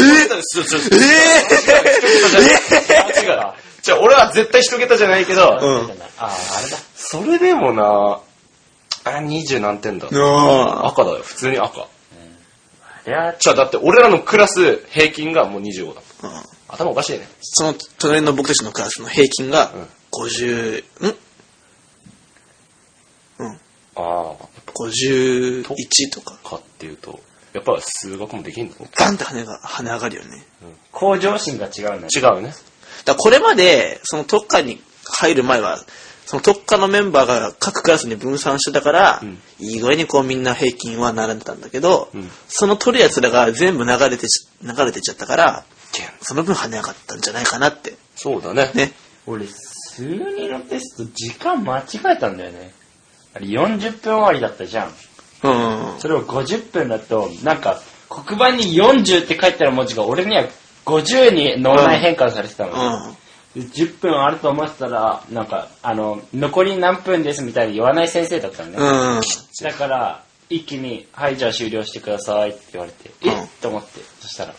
[SPEAKER 4] 違うわ
[SPEAKER 3] じゃあ俺は絶対一桁じゃないけど、
[SPEAKER 2] うん
[SPEAKER 4] あー、あれだ。
[SPEAKER 3] それでもな、あれ20何点だ。
[SPEAKER 2] あ
[SPEAKER 3] 赤だよ、普通に赤。
[SPEAKER 4] あれは、
[SPEAKER 3] じゃあだって俺らのクラス平均がもう25だもん。
[SPEAKER 2] あ、うん
[SPEAKER 3] 頭おかしいね。
[SPEAKER 2] その隣の僕たちのクラスの平均が
[SPEAKER 3] うん
[SPEAKER 2] 50、んうん、
[SPEAKER 3] あ
[SPEAKER 2] 51とか。
[SPEAKER 3] あ。かっていうと、やっぱ数学もできんの
[SPEAKER 2] ガンって跳ねが、跳ね上がるよね。
[SPEAKER 4] 向上心が違うんだね。
[SPEAKER 3] 違うね。
[SPEAKER 2] だからこれまで、その特化に入る前は、その特化のメンバーが各クラスに分散してたから、
[SPEAKER 3] うん
[SPEAKER 2] いい具合にこうみんな平均は並んでたんだけど、
[SPEAKER 3] うん
[SPEAKER 2] その取るやつらが全部流れてし、流れてっちゃったから、
[SPEAKER 3] けん
[SPEAKER 2] その分跳ね上がったんじゃないかなって。
[SPEAKER 3] そうだね。
[SPEAKER 2] ね。
[SPEAKER 4] 俺、数2のテスト、時間間違えたんだよね。あれ、40分終わりだったじゃん。
[SPEAKER 2] うん。
[SPEAKER 4] それを50分だと、なんか、黒板に40って書いてある文字が俺には50に脳内変換されてたのね。
[SPEAKER 2] うん。
[SPEAKER 4] 10分あると思ってたら、なんか、あの、残り何分ですみたいに言わない先生だったのね。
[SPEAKER 2] うん。
[SPEAKER 4] だから、一気に、はい、じゃあ終了してくださいって言われて、え
[SPEAKER 2] うん
[SPEAKER 4] っと思って、そしたら、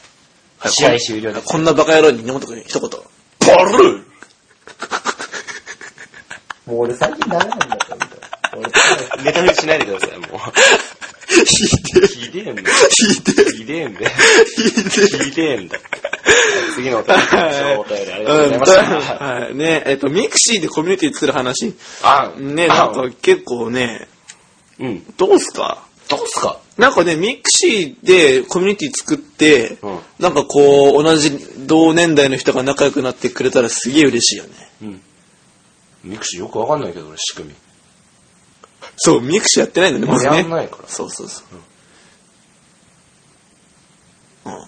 [SPEAKER 2] はい
[SPEAKER 4] 試合終了です。
[SPEAKER 2] こんなバカ野郎に根本君一言。
[SPEAKER 3] バルー
[SPEAKER 4] もう俺最近ダメなんだよ、
[SPEAKER 3] ネタフリしないでください、もう。ひでえんだ。ひでえんだ。ひでえんだ。次のお便り、お便りありがとうございました。
[SPEAKER 2] はい。ねえっと、ミクシーでコミュニティ作る話、
[SPEAKER 3] あ
[SPEAKER 2] ねなんか結構ね、
[SPEAKER 3] うん。
[SPEAKER 2] どうすか
[SPEAKER 3] どうすか
[SPEAKER 2] なんかね、ミクシーでコミュニティ作って、
[SPEAKER 3] うん
[SPEAKER 2] なんかこう、同じ同年代の人が仲良くなってくれたらすげえ嬉しいよね。
[SPEAKER 3] うん。ミクシーよくわかんないけど、俺、仕組み。
[SPEAKER 2] そう、ミクシーやってないんだね、まず
[SPEAKER 3] や
[SPEAKER 2] ね
[SPEAKER 3] ん。ないから。
[SPEAKER 2] そうそうそう。うん。
[SPEAKER 3] あ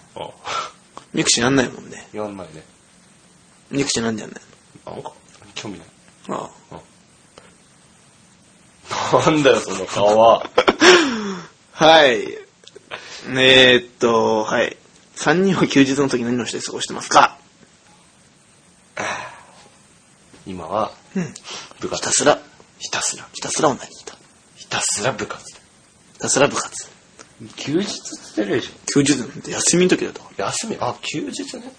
[SPEAKER 2] ミクシーやんないもんね。
[SPEAKER 3] やんないね。
[SPEAKER 2] ミクシーなんでやんない
[SPEAKER 3] なんか、興味ない。
[SPEAKER 2] のああ。
[SPEAKER 3] なんだよ、その顔は。
[SPEAKER 2] はい。えー、っと、はい。3人は休日の時何をして過ごしてますか
[SPEAKER 3] 今は、
[SPEAKER 2] うん。
[SPEAKER 3] 部
[SPEAKER 2] ひた
[SPEAKER 3] 活。
[SPEAKER 2] すら、
[SPEAKER 3] ひたすら。
[SPEAKER 2] ひたすら同じだ。
[SPEAKER 3] ひたすら部活。
[SPEAKER 2] ひたすら部活。
[SPEAKER 4] 休日ってるでしょ。
[SPEAKER 2] 休日なんて休みの時だと。
[SPEAKER 3] 休み、あ、休日ね。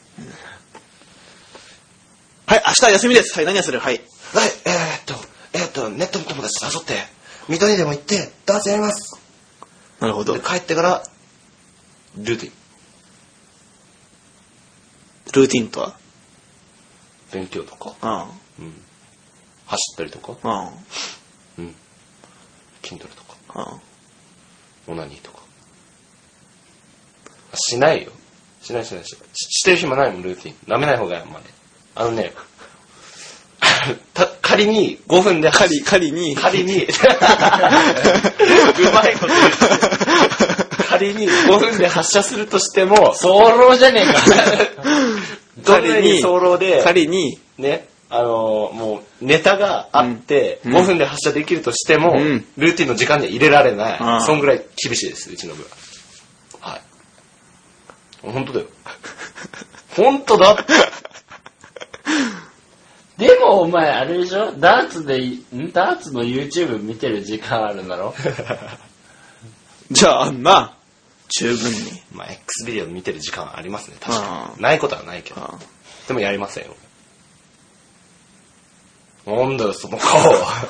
[SPEAKER 2] はい、明日休みです。はい、何をするはい。
[SPEAKER 3] はい、えー、っと、えー、っと、ネットの友達誘って、水戸にでも行って、ダンスやります。
[SPEAKER 2] なるほど。
[SPEAKER 3] で
[SPEAKER 2] ル
[SPEAKER 3] 帰ってから、ルーティン。
[SPEAKER 2] ーティンとは
[SPEAKER 3] 勉強とか、
[SPEAKER 2] う
[SPEAKER 3] うん。走ったりとか、
[SPEAKER 2] ん。うん。うん。
[SPEAKER 3] うん。筋トレとか、オナニーとか。あしないよ。しないしないしない。ししてる暇ないもん、ルーティン。舐めない方がいい、あんまり。あのね、 た仮に5分で走
[SPEAKER 2] 狩り、狩りに、
[SPEAKER 3] 仮に、うまいこと言って仮に5分で発射するとしても、
[SPEAKER 4] 早漏じゃねえか。
[SPEAKER 3] どんなに早漏で、
[SPEAKER 2] 狩りに、
[SPEAKER 3] ね、あのーもうネタがあって、
[SPEAKER 2] うん
[SPEAKER 3] 5分で発射できるとしても、
[SPEAKER 2] うん
[SPEAKER 3] ルーティンの時間には入れられない、
[SPEAKER 2] ああ
[SPEAKER 3] そんぐらい厳しいです、うちの部は。はい。本当だよ。 本 当だって。
[SPEAKER 4] でもお前、あれでしょダーツでい、んダーツの YouTube 見てる時間あるんだろ
[SPEAKER 2] じゃあ、あんな、十分に。
[SPEAKER 3] まあ、X ビデオ見てる時間はありますね、確
[SPEAKER 2] あ
[SPEAKER 3] かに。ないことはないけど。
[SPEAKER 2] う
[SPEAKER 3] でもやりませんよ。なんだよ、その 顔は。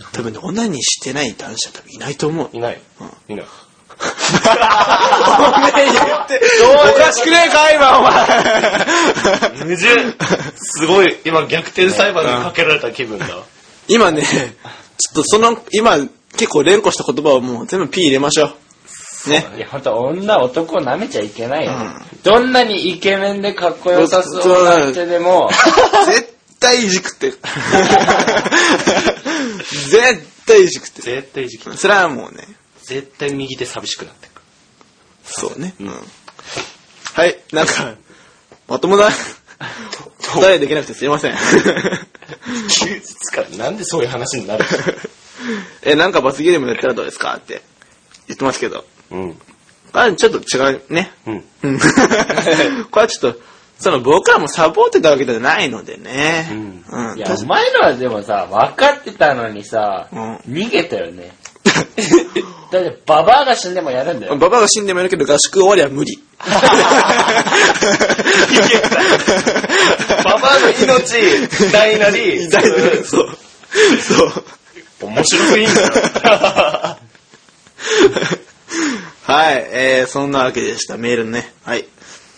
[SPEAKER 2] ん。多分ね、オナニーしてない男子は多分いないと思う。
[SPEAKER 3] いない。いない。
[SPEAKER 2] おかしくねえか、今、お前。
[SPEAKER 3] 矛盾すごい、今逆転裁判にかけられた気分だわ。
[SPEAKER 2] 今ね、ちょっとその、今、結構連呼した言葉をもう全部 P 入れましょう。ね。
[SPEAKER 4] いや、ほんと、女、男を舐めちゃいけないよ、どんなにイケメンでかっこよさそうなってで も、
[SPEAKER 2] 絶対いじくっ てる。絶対いじくってる。
[SPEAKER 3] 絶対いじき。
[SPEAKER 2] それはもうね、
[SPEAKER 3] 絶対右手寂しくなってく
[SPEAKER 2] そうね。うん。はい、なんか、まともな、お答えできなくてすいません。
[SPEAKER 3] る。休日からなんでそういう話になる
[SPEAKER 2] え、なんか罰ゲームやったらどうですかって言ってますけど。
[SPEAKER 3] うん。
[SPEAKER 2] あ、ちょっと違うね。
[SPEAKER 3] うん。
[SPEAKER 2] うん。 これはちょっと、その僕らもサボってたわけじゃないのでね。
[SPEAKER 3] うん
[SPEAKER 2] うん。
[SPEAKER 4] いや、
[SPEAKER 2] 確
[SPEAKER 4] お
[SPEAKER 2] か
[SPEAKER 4] 前のはでもさ、分かってたのにさ、
[SPEAKER 2] うん
[SPEAKER 4] 逃げたよね。だって、ババアが死んでもやるんだよ。
[SPEAKER 2] ババアが死んでもやるけど合宿終わりは無理。
[SPEAKER 3] ババアの命、大なり、
[SPEAKER 2] 大丈夫。そう。 そう。
[SPEAKER 3] 面白すぎんだ
[SPEAKER 2] はい、えー、そんなわけでした、メールね。はい。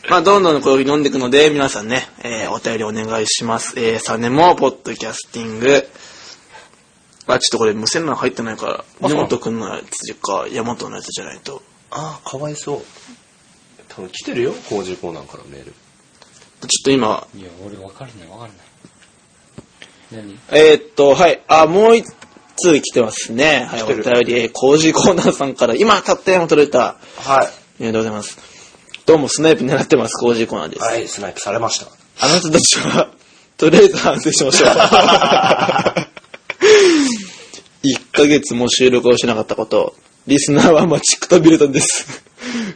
[SPEAKER 2] まあ、どんどんこう読んでいくので、皆さんね、えー、お便りお願いします。えー、3年も、ポッドキャスティング。あ、ちょっとこれ無線なの入ってないから、
[SPEAKER 3] そ
[SPEAKER 2] 根
[SPEAKER 3] うなの
[SPEAKER 2] 本くんのやつか、山本のやつじゃないと。
[SPEAKER 3] ああ、かわいそう。多分来てるよ、工事コーナーからメール。
[SPEAKER 2] ちょっと今、
[SPEAKER 4] いや、俺わかんないわかんない。何
[SPEAKER 2] えーっと、はい。あ、もう一通来てますね。はい、お
[SPEAKER 3] て
[SPEAKER 2] 便
[SPEAKER 3] る
[SPEAKER 2] り、えー、工事コーナーさんから、今、たった今取れた、
[SPEAKER 3] は
[SPEAKER 2] ありがとうございます。どうも、スナイプ狙ってます、工事コーナーです。
[SPEAKER 3] はい、スナイプされました。
[SPEAKER 2] あなたたちは、とりあえず反省しましょ う。1ヶ月も収録をしなかったこと、リスナーは待ちくたびれたんです。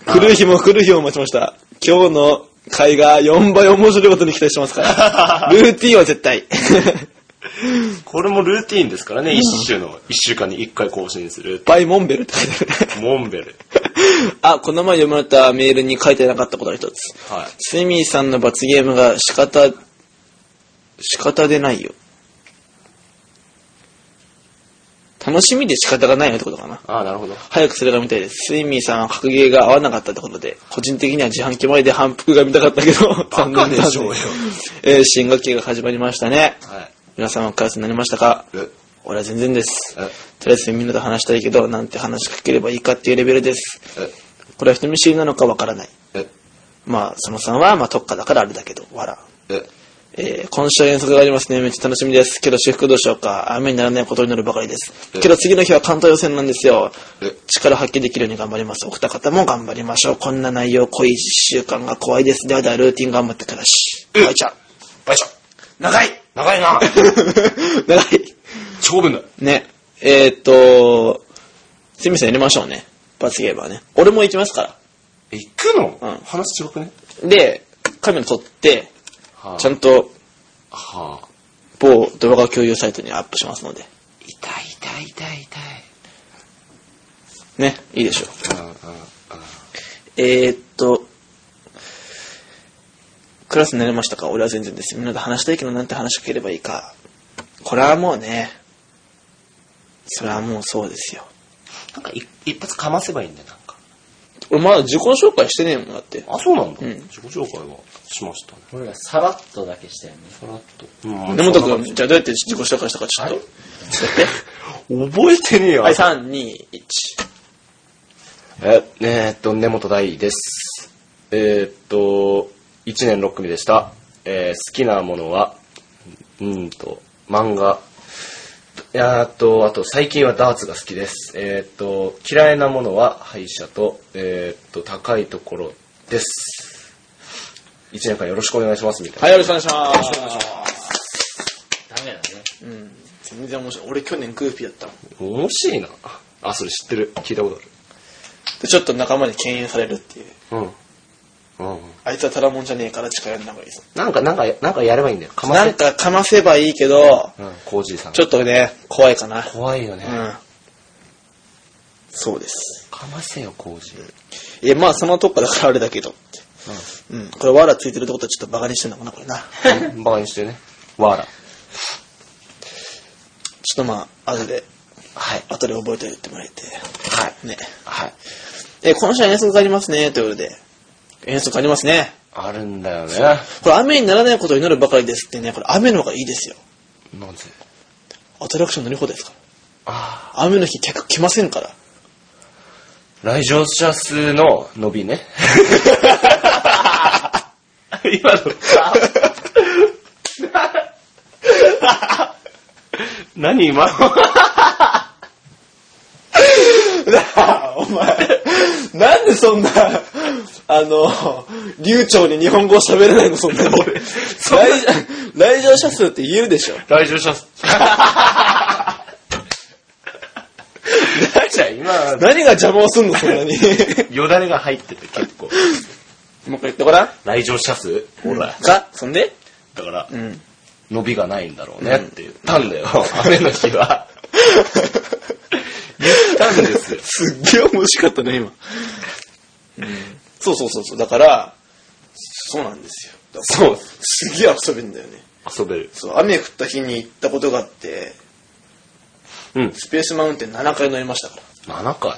[SPEAKER 2] 来る日も来る日を待ちました。今日の会が4倍面白いことに期待してます から。ルーティンは絶対。
[SPEAKER 3] これもルーティーンですからね、一週の、一週間に一回更新する。
[SPEAKER 2] バイモンベルって書いてある。
[SPEAKER 3] モンベル。
[SPEAKER 2] あ、この前読まれたメールに書いてなかったことの一つ。
[SPEAKER 3] はい。
[SPEAKER 2] セミさんの罰ゲームが仕方、仕方でないよ。楽しみで仕方がないよってことかな。
[SPEAKER 3] ああ、なるほど。
[SPEAKER 2] 早くすれが見たいです。スイミーさんは格ゲーが合わなかったってことで、個人的には自販機前で反復が見たかった けど、残
[SPEAKER 3] バカ
[SPEAKER 2] 念
[SPEAKER 3] で
[SPEAKER 2] だ
[SPEAKER 3] しょうよ
[SPEAKER 2] えー新学期が始まりましたね。
[SPEAKER 3] はい。
[SPEAKER 2] 皆さんはお母さんになりましたか
[SPEAKER 3] え
[SPEAKER 2] 俺は全然です。
[SPEAKER 3] え
[SPEAKER 2] とりあえずみんなと話したいけど、なんて話しかければいいかっていうレベルです。
[SPEAKER 3] え
[SPEAKER 2] これは人見知りなのかわからない。
[SPEAKER 3] え
[SPEAKER 2] まあ、そのさんは、まあ、特化だからあれだけど、わら。
[SPEAKER 3] え
[SPEAKER 2] えー、今週は遠足がありますね。めっちゃ楽しみです。けど、修復どうしようか。雨にならないことになるばかりです。
[SPEAKER 3] え
[SPEAKER 2] けど、次の日は関東予選なんですよ
[SPEAKER 3] え。
[SPEAKER 2] 力発揮できるように頑張ります。お二方も頑張りましょう。こんな内容、濃い1週間が怖いです。ではでは、ルーティン頑張ってくだし。
[SPEAKER 3] うん
[SPEAKER 2] はい、ちゃん。
[SPEAKER 3] バイシャ
[SPEAKER 2] 長い
[SPEAKER 3] 長いな
[SPEAKER 2] 長い。
[SPEAKER 3] 長文だ。
[SPEAKER 2] ね。えー、っと、すみません、入れましょうね。罰ゲームはね。俺も行きますか
[SPEAKER 3] え行くの、
[SPEAKER 2] うん
[SPEAKER 3] 話違くね
[SPEAKER 2] ら。で、カメラ撮って、
[SPEAKER 3] は
[SPEAKER 2] ちゃんと
[SPEAKER 3] はあ。
[SPEAKER 2] 某動画共有サイトにアップしますので。
[SPEAKER 3] 痛い痛い痛い痛い。
[SPEAKER 2] ね、いいでしょう。
[SPEAKER 3] うんうん
[SPEAKER 2] えー、っと、クラスになりましたか俺は全然です。みんなで話したいけどなんて話しかければいいか。これはもうね、それはもうそうですよ。
[SPEAKER 3] なんかい一発かませばいいんだよ、なんか。
[SPEAKER 2] 俺まだ自己紹介してねえもんだって。
[SPEAKER 3] あ、そうなんだ。
[SPEAKER 2] うん
[SPEAKER 3] 自己紹介はしましたね。
[SPEAKER 4] 俺らさらっとだけしたよね。
[SPEAKER 3] さらっと。うん
[SPEAKER 2] 根本くん、じゃあどうやって自己紹介したかちょっと。
[SPEAKER 3] 覚えてねえよ。
[SPEAKER 2] はい、3、2、1。
[SPEAKER 3] え、えーっと、根本大です。えーっと、1年6組でした。えー好きなものは、うーんと、漫画。いやーっと、あと、最近はダーツが好きです。えーっと、嫌いなものは歯医者と、えーっと、高いところです。1年間よろしくお願いします、みたいな。
[SPEAKER 2] はい、よろしくお願いします。
[SPEAKER 4] ダメだね。
[SPEAKER 2] うん。全然面白い。俺去年グーピーだったもん。
[SPEAKER 3] 面白いな。あ、それ知ってる。聞いたこと
[SPEAKER 2] で、ちょっと仲間に敬遠されるっていう。
[SPEAKER 3] ある。うん。うん。
[SPEAKER 2] あいつはただもんじゃねえから近寄んな方がいいぞ。
[SPEAKER 3] なんか、なんか、なんかやればいいんだよ。かま
[SPEAKER 2] な
[SPEAKER 3] せ
[SPEAKER 2] んかかませばいいけど、
[SPEAKER 3] うん、コージーさん。
[SPEAKER 2] ちょっとね、怖いかな。
[SPEAKER 3] 怖いよね。
[SPEAKER 2] うん。そうです。
[SPEAKER 3] かませよ、コージー。
[SPEAKER 2] いや、まあ、その特化だからあれだけど。うん。これ、わらついてるってことはちょっとバカにしてんのかな、これ な。ちょ
[SPEAKER 3] バカにしてね。わら。
[SPEAKER 2] っとまあ、後で、
[SPEAKER 3] はい。
[SPEAKER 2] 後で覚えておいてもらえて。
[SPEAKER 3] はい。
[SPEAKER 2] ね。
[SPEAKER 3] はい。
[SPEAKER 2] え、この人は遠足がありますね、ということで。遠足ありますね。
[SPEAKER 3] あるんだよね。
[SPEAKER 2] これ、雨にならないことを祈るばかりですってね、これ、雨の方がいいですよ。
[SPEAKER 3] なんぜ
[SPEAKER 2] アトラクション乗り放題ですから。
[SPEAKER 3] あ
[SPEAKER 2] 雨の日客来ませんから。
[SPEAKER 3] あ。来場者数の伸びね。今の。何今の
[SPEAKER 2] あ お前、なんでそんな、あの、流暢に日本語を喋れないの、そんなに。来来場者数って言えるでしょ。
[SPEAKER 3] 来場者数。じゃあ今、
[SPEAKER 2] 何が邪魔をすんの、そんなに。
[SPEAKER 3] よだれが入ってて結構。
[SPEAKER 2] もう一回言ってごらん。
[SPEAKER 3] 来場者数ほら。
[SPEAKER 2] が、そんで
[SPEAKER 3] だから、
[SPEAKER 2] ん。
[SPEAKER 3] 伸びが ないんだろうねって言ったんだよ、雨の日は。言ったんです よ。
[SPEAKER 2] すっげえ面白かったね、今。そうそうそうそう。だから、そうなんですよ。だから
[SPEAKER 3] そう。
[SPEAKER 2] すげえ遊べんだよね。
[SPEAKER 3] 遊べる。
[SPEAKER 2] そう、雨降った日に行ったことがあって、
[SPEAKER 3] うん。
[SPEAKER 2] スペースマウンテン7回乗りましたから。
[SPEAKER 3] 7回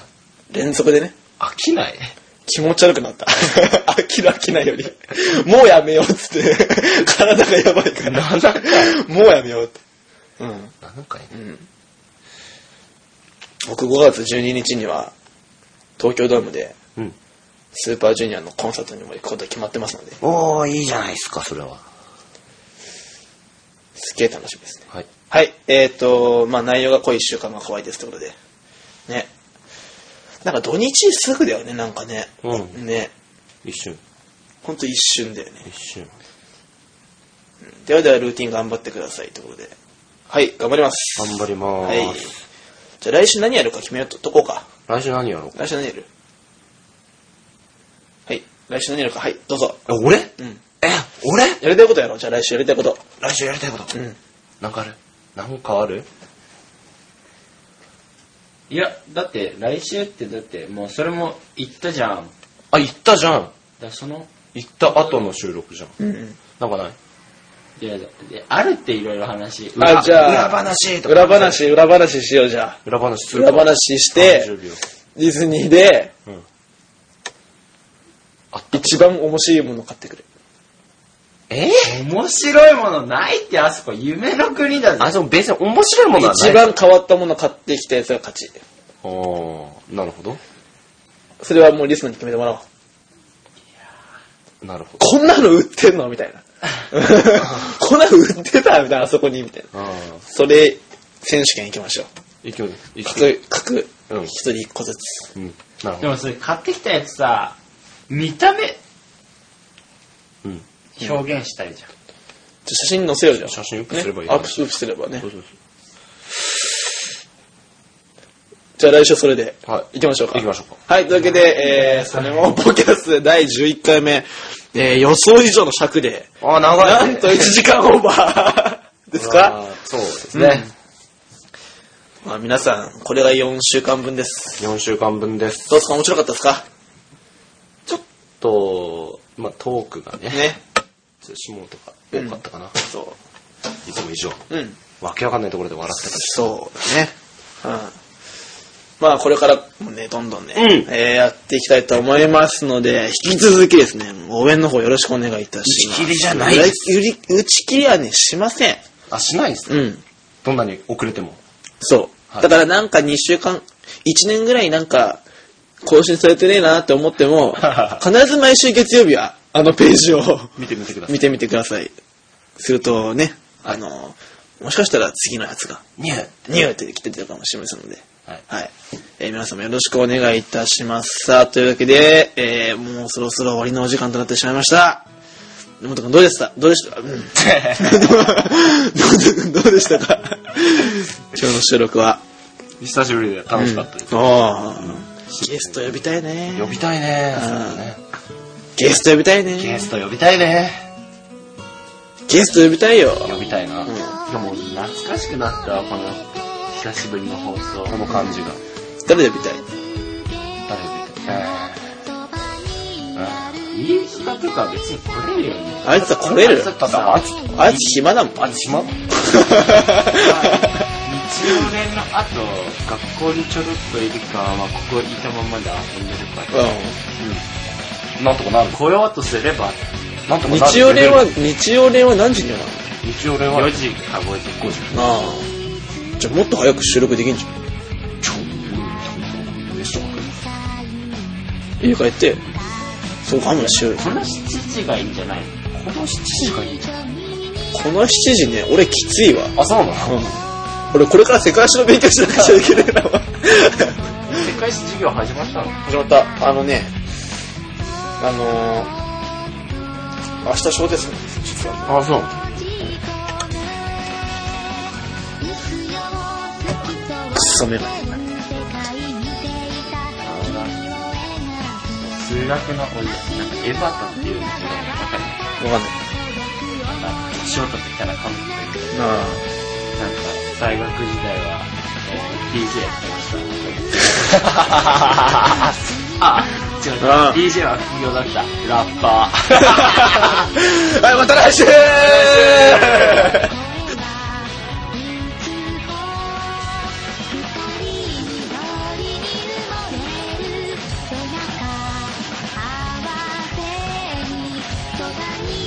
[SPEAKER 2] 連続でね。
[SPEAKER 3] 飽きない
[SPEAKER 2] 気持ち悪くなった。 飽きる飽きないより。 もうやめようっつって。 体がやばいから。
[SPEAKER 3] 7回
[SPEAKER 2] もうやめようって。うん。
[SPEAKER 3] ?7 回
[SPEAKER 2] 僕5月12日には、東京ドームで、
[SPEAKER 3] うん。
[SPEAKER 2] スーパージュニアのコンサートにも行くことが決まってますので、
[SPEAKER 3] おー、いいじゃないですか、それは。
[SPEAKER 2] すっげえ楽しみですね。
[SPEAKER 3] はい。
[SPEAKER 2] はい、えっ、ー、と、まあ内容が濃い1週間が怖いですってことで。ね。なんか土日すぐだよね、なんかね。
[SPEAKER 3] うん
[SPEAKER 2] ね。
[SPEAKER 3] 一瞬、
[SPEAKER 2] ほんと一瞬だよね。
[SPEAKER 3] 一瞬。
[SPEAKER 2] ではではルーティン頑張ってくださいということで。はい、頑張ります。
[SPEAKER 3] 頑張りま
[SPEAKER 2] はい
[SPEAKER 3] ーす。。
[SPEAKER 2] じゃあ来週何やるか決めようととこうか。
[SPEAKER 3] 来週何やろう
[SPEAKER 2] 来週何やるはい。来週何やるか。はい、どうぞ。
[SPEAKER 3] え俺
[SPEAKER 2] うん。
[SPEAKER 3] え、俺
[SPEAKER 2] やりたいことやろう。じゃあ来週やりたいこと。
[SPEAKER 3] 来週やりたいこと。
[SPEAKER 2] うん。
[SPEAKER 3] なんかあるなんかある
[SPEAKER 4] いや、だって来週ってだってもうそれも言ったじゃん。だか
[SPEAKER 3] あ、行ったじゃん。
[SPEAKER 4] らその、
[SPEAKER 3] 行った後の収録じゃん。
[SPEAKER 2] うん。
[SPEAKER 3] なんかない
[SPEAKER 4] いや、いやあるっていろいろ話。
[SPEAKER 2] あ、じゃあ、
[SPEAKER 3] 裏話とか
[SPEAKER 2] 裏話、裏話しようじゃあ。
[SPEAKER 3] 裏話する
[SPEAKER 2] 裏話して、
[SPEAKER 3] 30秒。
[SPEAKER 2] ディズニーで、
[SPEAKER 3] うん
[SPEAKER 2] 一番面白いもの買ってくれ。
[SPEAKER 3] え
[SPEAKER 4] 面白いものないってあそこ夢の国だ
[SPEAKER 3] あ、で
[SPEAKER 4] ぜ。
[SPEAKER 3] も別に面白いものはない。
[SPEAKER 2] 一番変わったもの買ってきたやつが勝ち。
[SPEAKER 3] あー、なるほど。
[SPEAKER 2] それはもうリスナーに決めてもらおう。
[SPEAKER 3] なるほど。
[SPEAKER 2] こんなの売ってんのみたい な。こんなの売ってたみたいな、あそこに、みたいな。
[SPEAKER 3] あ
[SPEAKER 2] それ、選手権行きましょう。
[SPEAKER 3] ー、行きます。行き
[SPEAKER 2] 各、各、
[SPEAKER 3] うん
[SPEAKER 2] 一人一個ずつ。
[SPEAKER 3] うん。なるほ
[SPEAKER 4] で
[SPEAKER 3] ど。
[SPEAKER 4] もそれ買ってきたやつさ、見た目
[SPEAKER 3] うん。
[SPEAKER 4] 表現したいじゃん。
[SPEAKER 2] じゃあ写真載せようじゃん。
[SPEAKER 3] 写真アップすればいい
[SPEAKER 2] ね
[SPEAKER 3] 話
[SPEAKER 2] アップアップすればね
[SPEAKER 3] そう。そう
[SPEAKER 2] じゃあ来週それで、
[SPEAKER 3] はい
[SPEAKER 2] 行きましょうか。
[SPEAKER 3] 行きましょうか。
[SPEAKER 2] はい、というわけで、えー、それもポキャス第11回目、えー、予想以上の尺で、
[SPEAKER 3] そう。あー、長。
[SPEAKER 2] ないんと1時間オーバー です
[SPEAKER 3] あ
[SPEAKER 2] か
[SPEAKER 3] ーそうです
[SPEAKER 2] ね
[SPEAKER 3] ね。。
[SPEAKER 2] まあ皆さん、これが4週間分です。
[SPEAKER 3] 4週間分です。
[SPEAKER 2] どうですか面白かったですか
[SPEAKER 3] ちょっと、まあトークがね、
[SPEAKER 2] ね。
[SPEAKER 3] 下とか多かったかな。
[SPEAKER 2] そ
[SPEAKER 3] いつも以上。
[SPEAKER 2] う。うん。
[SPEAKER 3] わけわかんないところで笑って
[SPEAKER 2] そうだね。うん。まあ、これからもね、どんどんね、
[SPEAKER 3] ん
[SPEAKER 2] えーやっていきたいと思いますので、引き続きですね、応援の方よろしくお願いいたします。
[SPEAKER 3] 打ち切りじゃない
[SPEAKER 2] 打ち打ち打ち切りはね、しません。
[SPEAKER 3] た。あ、しないんすね
[SPEAKER 2] うん。
[SPEAKER 3] どんなに遅れても。
[SPEAKER 2] そう。
[SPEAKER 3] はい
[SPEAKER 2] だからなんか2週間、1年ぐらいなんか、更新されてねえなって思って も、必ず毎週月曜日は、あのページを
[SPEAKER 3] 見てみてください
[SPEAKER 2] 見。てみてください。するとね、あの、もしかしたら次のやつが、
[SPEAKER 3] ニュー
[SPEAKER 2] ニューって来てたかもしれませんので。
[SPEAKER 3] はい。
[SPEAKER 2] はい。えー皆様よろしくお願いいたします。さあ、というわけで、えーもうそろそろ終わりのお時間となってしまいました。根本くんどうでしたどうでしたうん。 根本くんどうでした か今日の収録は。
[SPEAKER 3] 久しぶりで楽しかったです。
[SPEAKER 2] ああ、ゲスト呼びたいね。
[SPEAKER 3] 呼びたいね。
[SPEAKER 2] ん
[SPEAKER 3] そうだね
[SPEAKER 2] ゲスト呼びたい
[SPEAKER 3] ゲ
[SPEAKER 2] ね。
[SPEAKER 3] スト呼びたいね。
[SPEAKER 2] ゲスト呼びたいよ。
[SPEAKER 3] 呼びたいな。
[SPEAKER 4] しかも懐かしくなったわ、この久しぶりの放送。
[SPEAKER 3] この感じが。
[SPEAKER 2] 誰呼びたい
[SPEAKER 3] 誰呼びたい
[SPEAKER 4] いい人とか別に来れるよね。
[SPEAKER 2] あいつは来れる
[SPEAKER 4] さっきさ、
[SPEAKER 2] あいつ暇だもん。
[SPEAKER 3] あ、暇
[SPEAKER 4] 中年の後、学校にちょろっといるか、まあ、ここいたままで遊んでるか。
[SPEAKER 3] なんとかなる。
[SPEAKER 4] 来ようとすれば、
[SPEAKER 3] なんと
[SPEAKER 2] う
[SPEAKER 3] か
[SPEAKER 2] ん。
[SPEAKER 3] なる。
[SPEAKER 2] 日曜連は、日曜連は何時にはなる
[SPEAKER 3] 日曜連は
[SPEAKER 4] 4時か5時、5時。
[SPEAKER 2] のああ。じゃあもっと早く収録できんじゃん。家帰って、そうかもしれない。
[SPEAKER 4] この7時がいいんじゃないの
[SPEAKER 3] この7時がいいじゃん。
[SPEAKER 2] この7時ね、俺きついわ。
[SPEAKER 3] あ、そうなの
[SPEAKER 2] うん。俺これから世界史の勉強しなくちゃいけないな。
[SPEAKER 4] 世界史授業始まったの
[SPEAKER 2] 始まった。あのね、あのー、明日小テストなんですよ、実は。
[SPEAKER 3] あ、そう。
[SPEAKER 2] くっそめない。
[SPEAKER 4] 数学のおじさん、なんかエヴァタっていうの
[SPEAKER 2] わ
[SPEAKER 4] がわかる。
[SPEAKER 2] かん
[SPEAKER 4] なんか、ショートみたいな感じで。
[SPEAKER 2] ない。なあ。
[SPEAKER 4] なんか、大学時代は、えー DJ やってました。あ、違う違う
[SPEAKER 2] あ。
[SPEAKER 4] DJ は副業だった。ラッパー。
[SPEAKER 2] はい、また来週
[SPEAKER 5] 「空に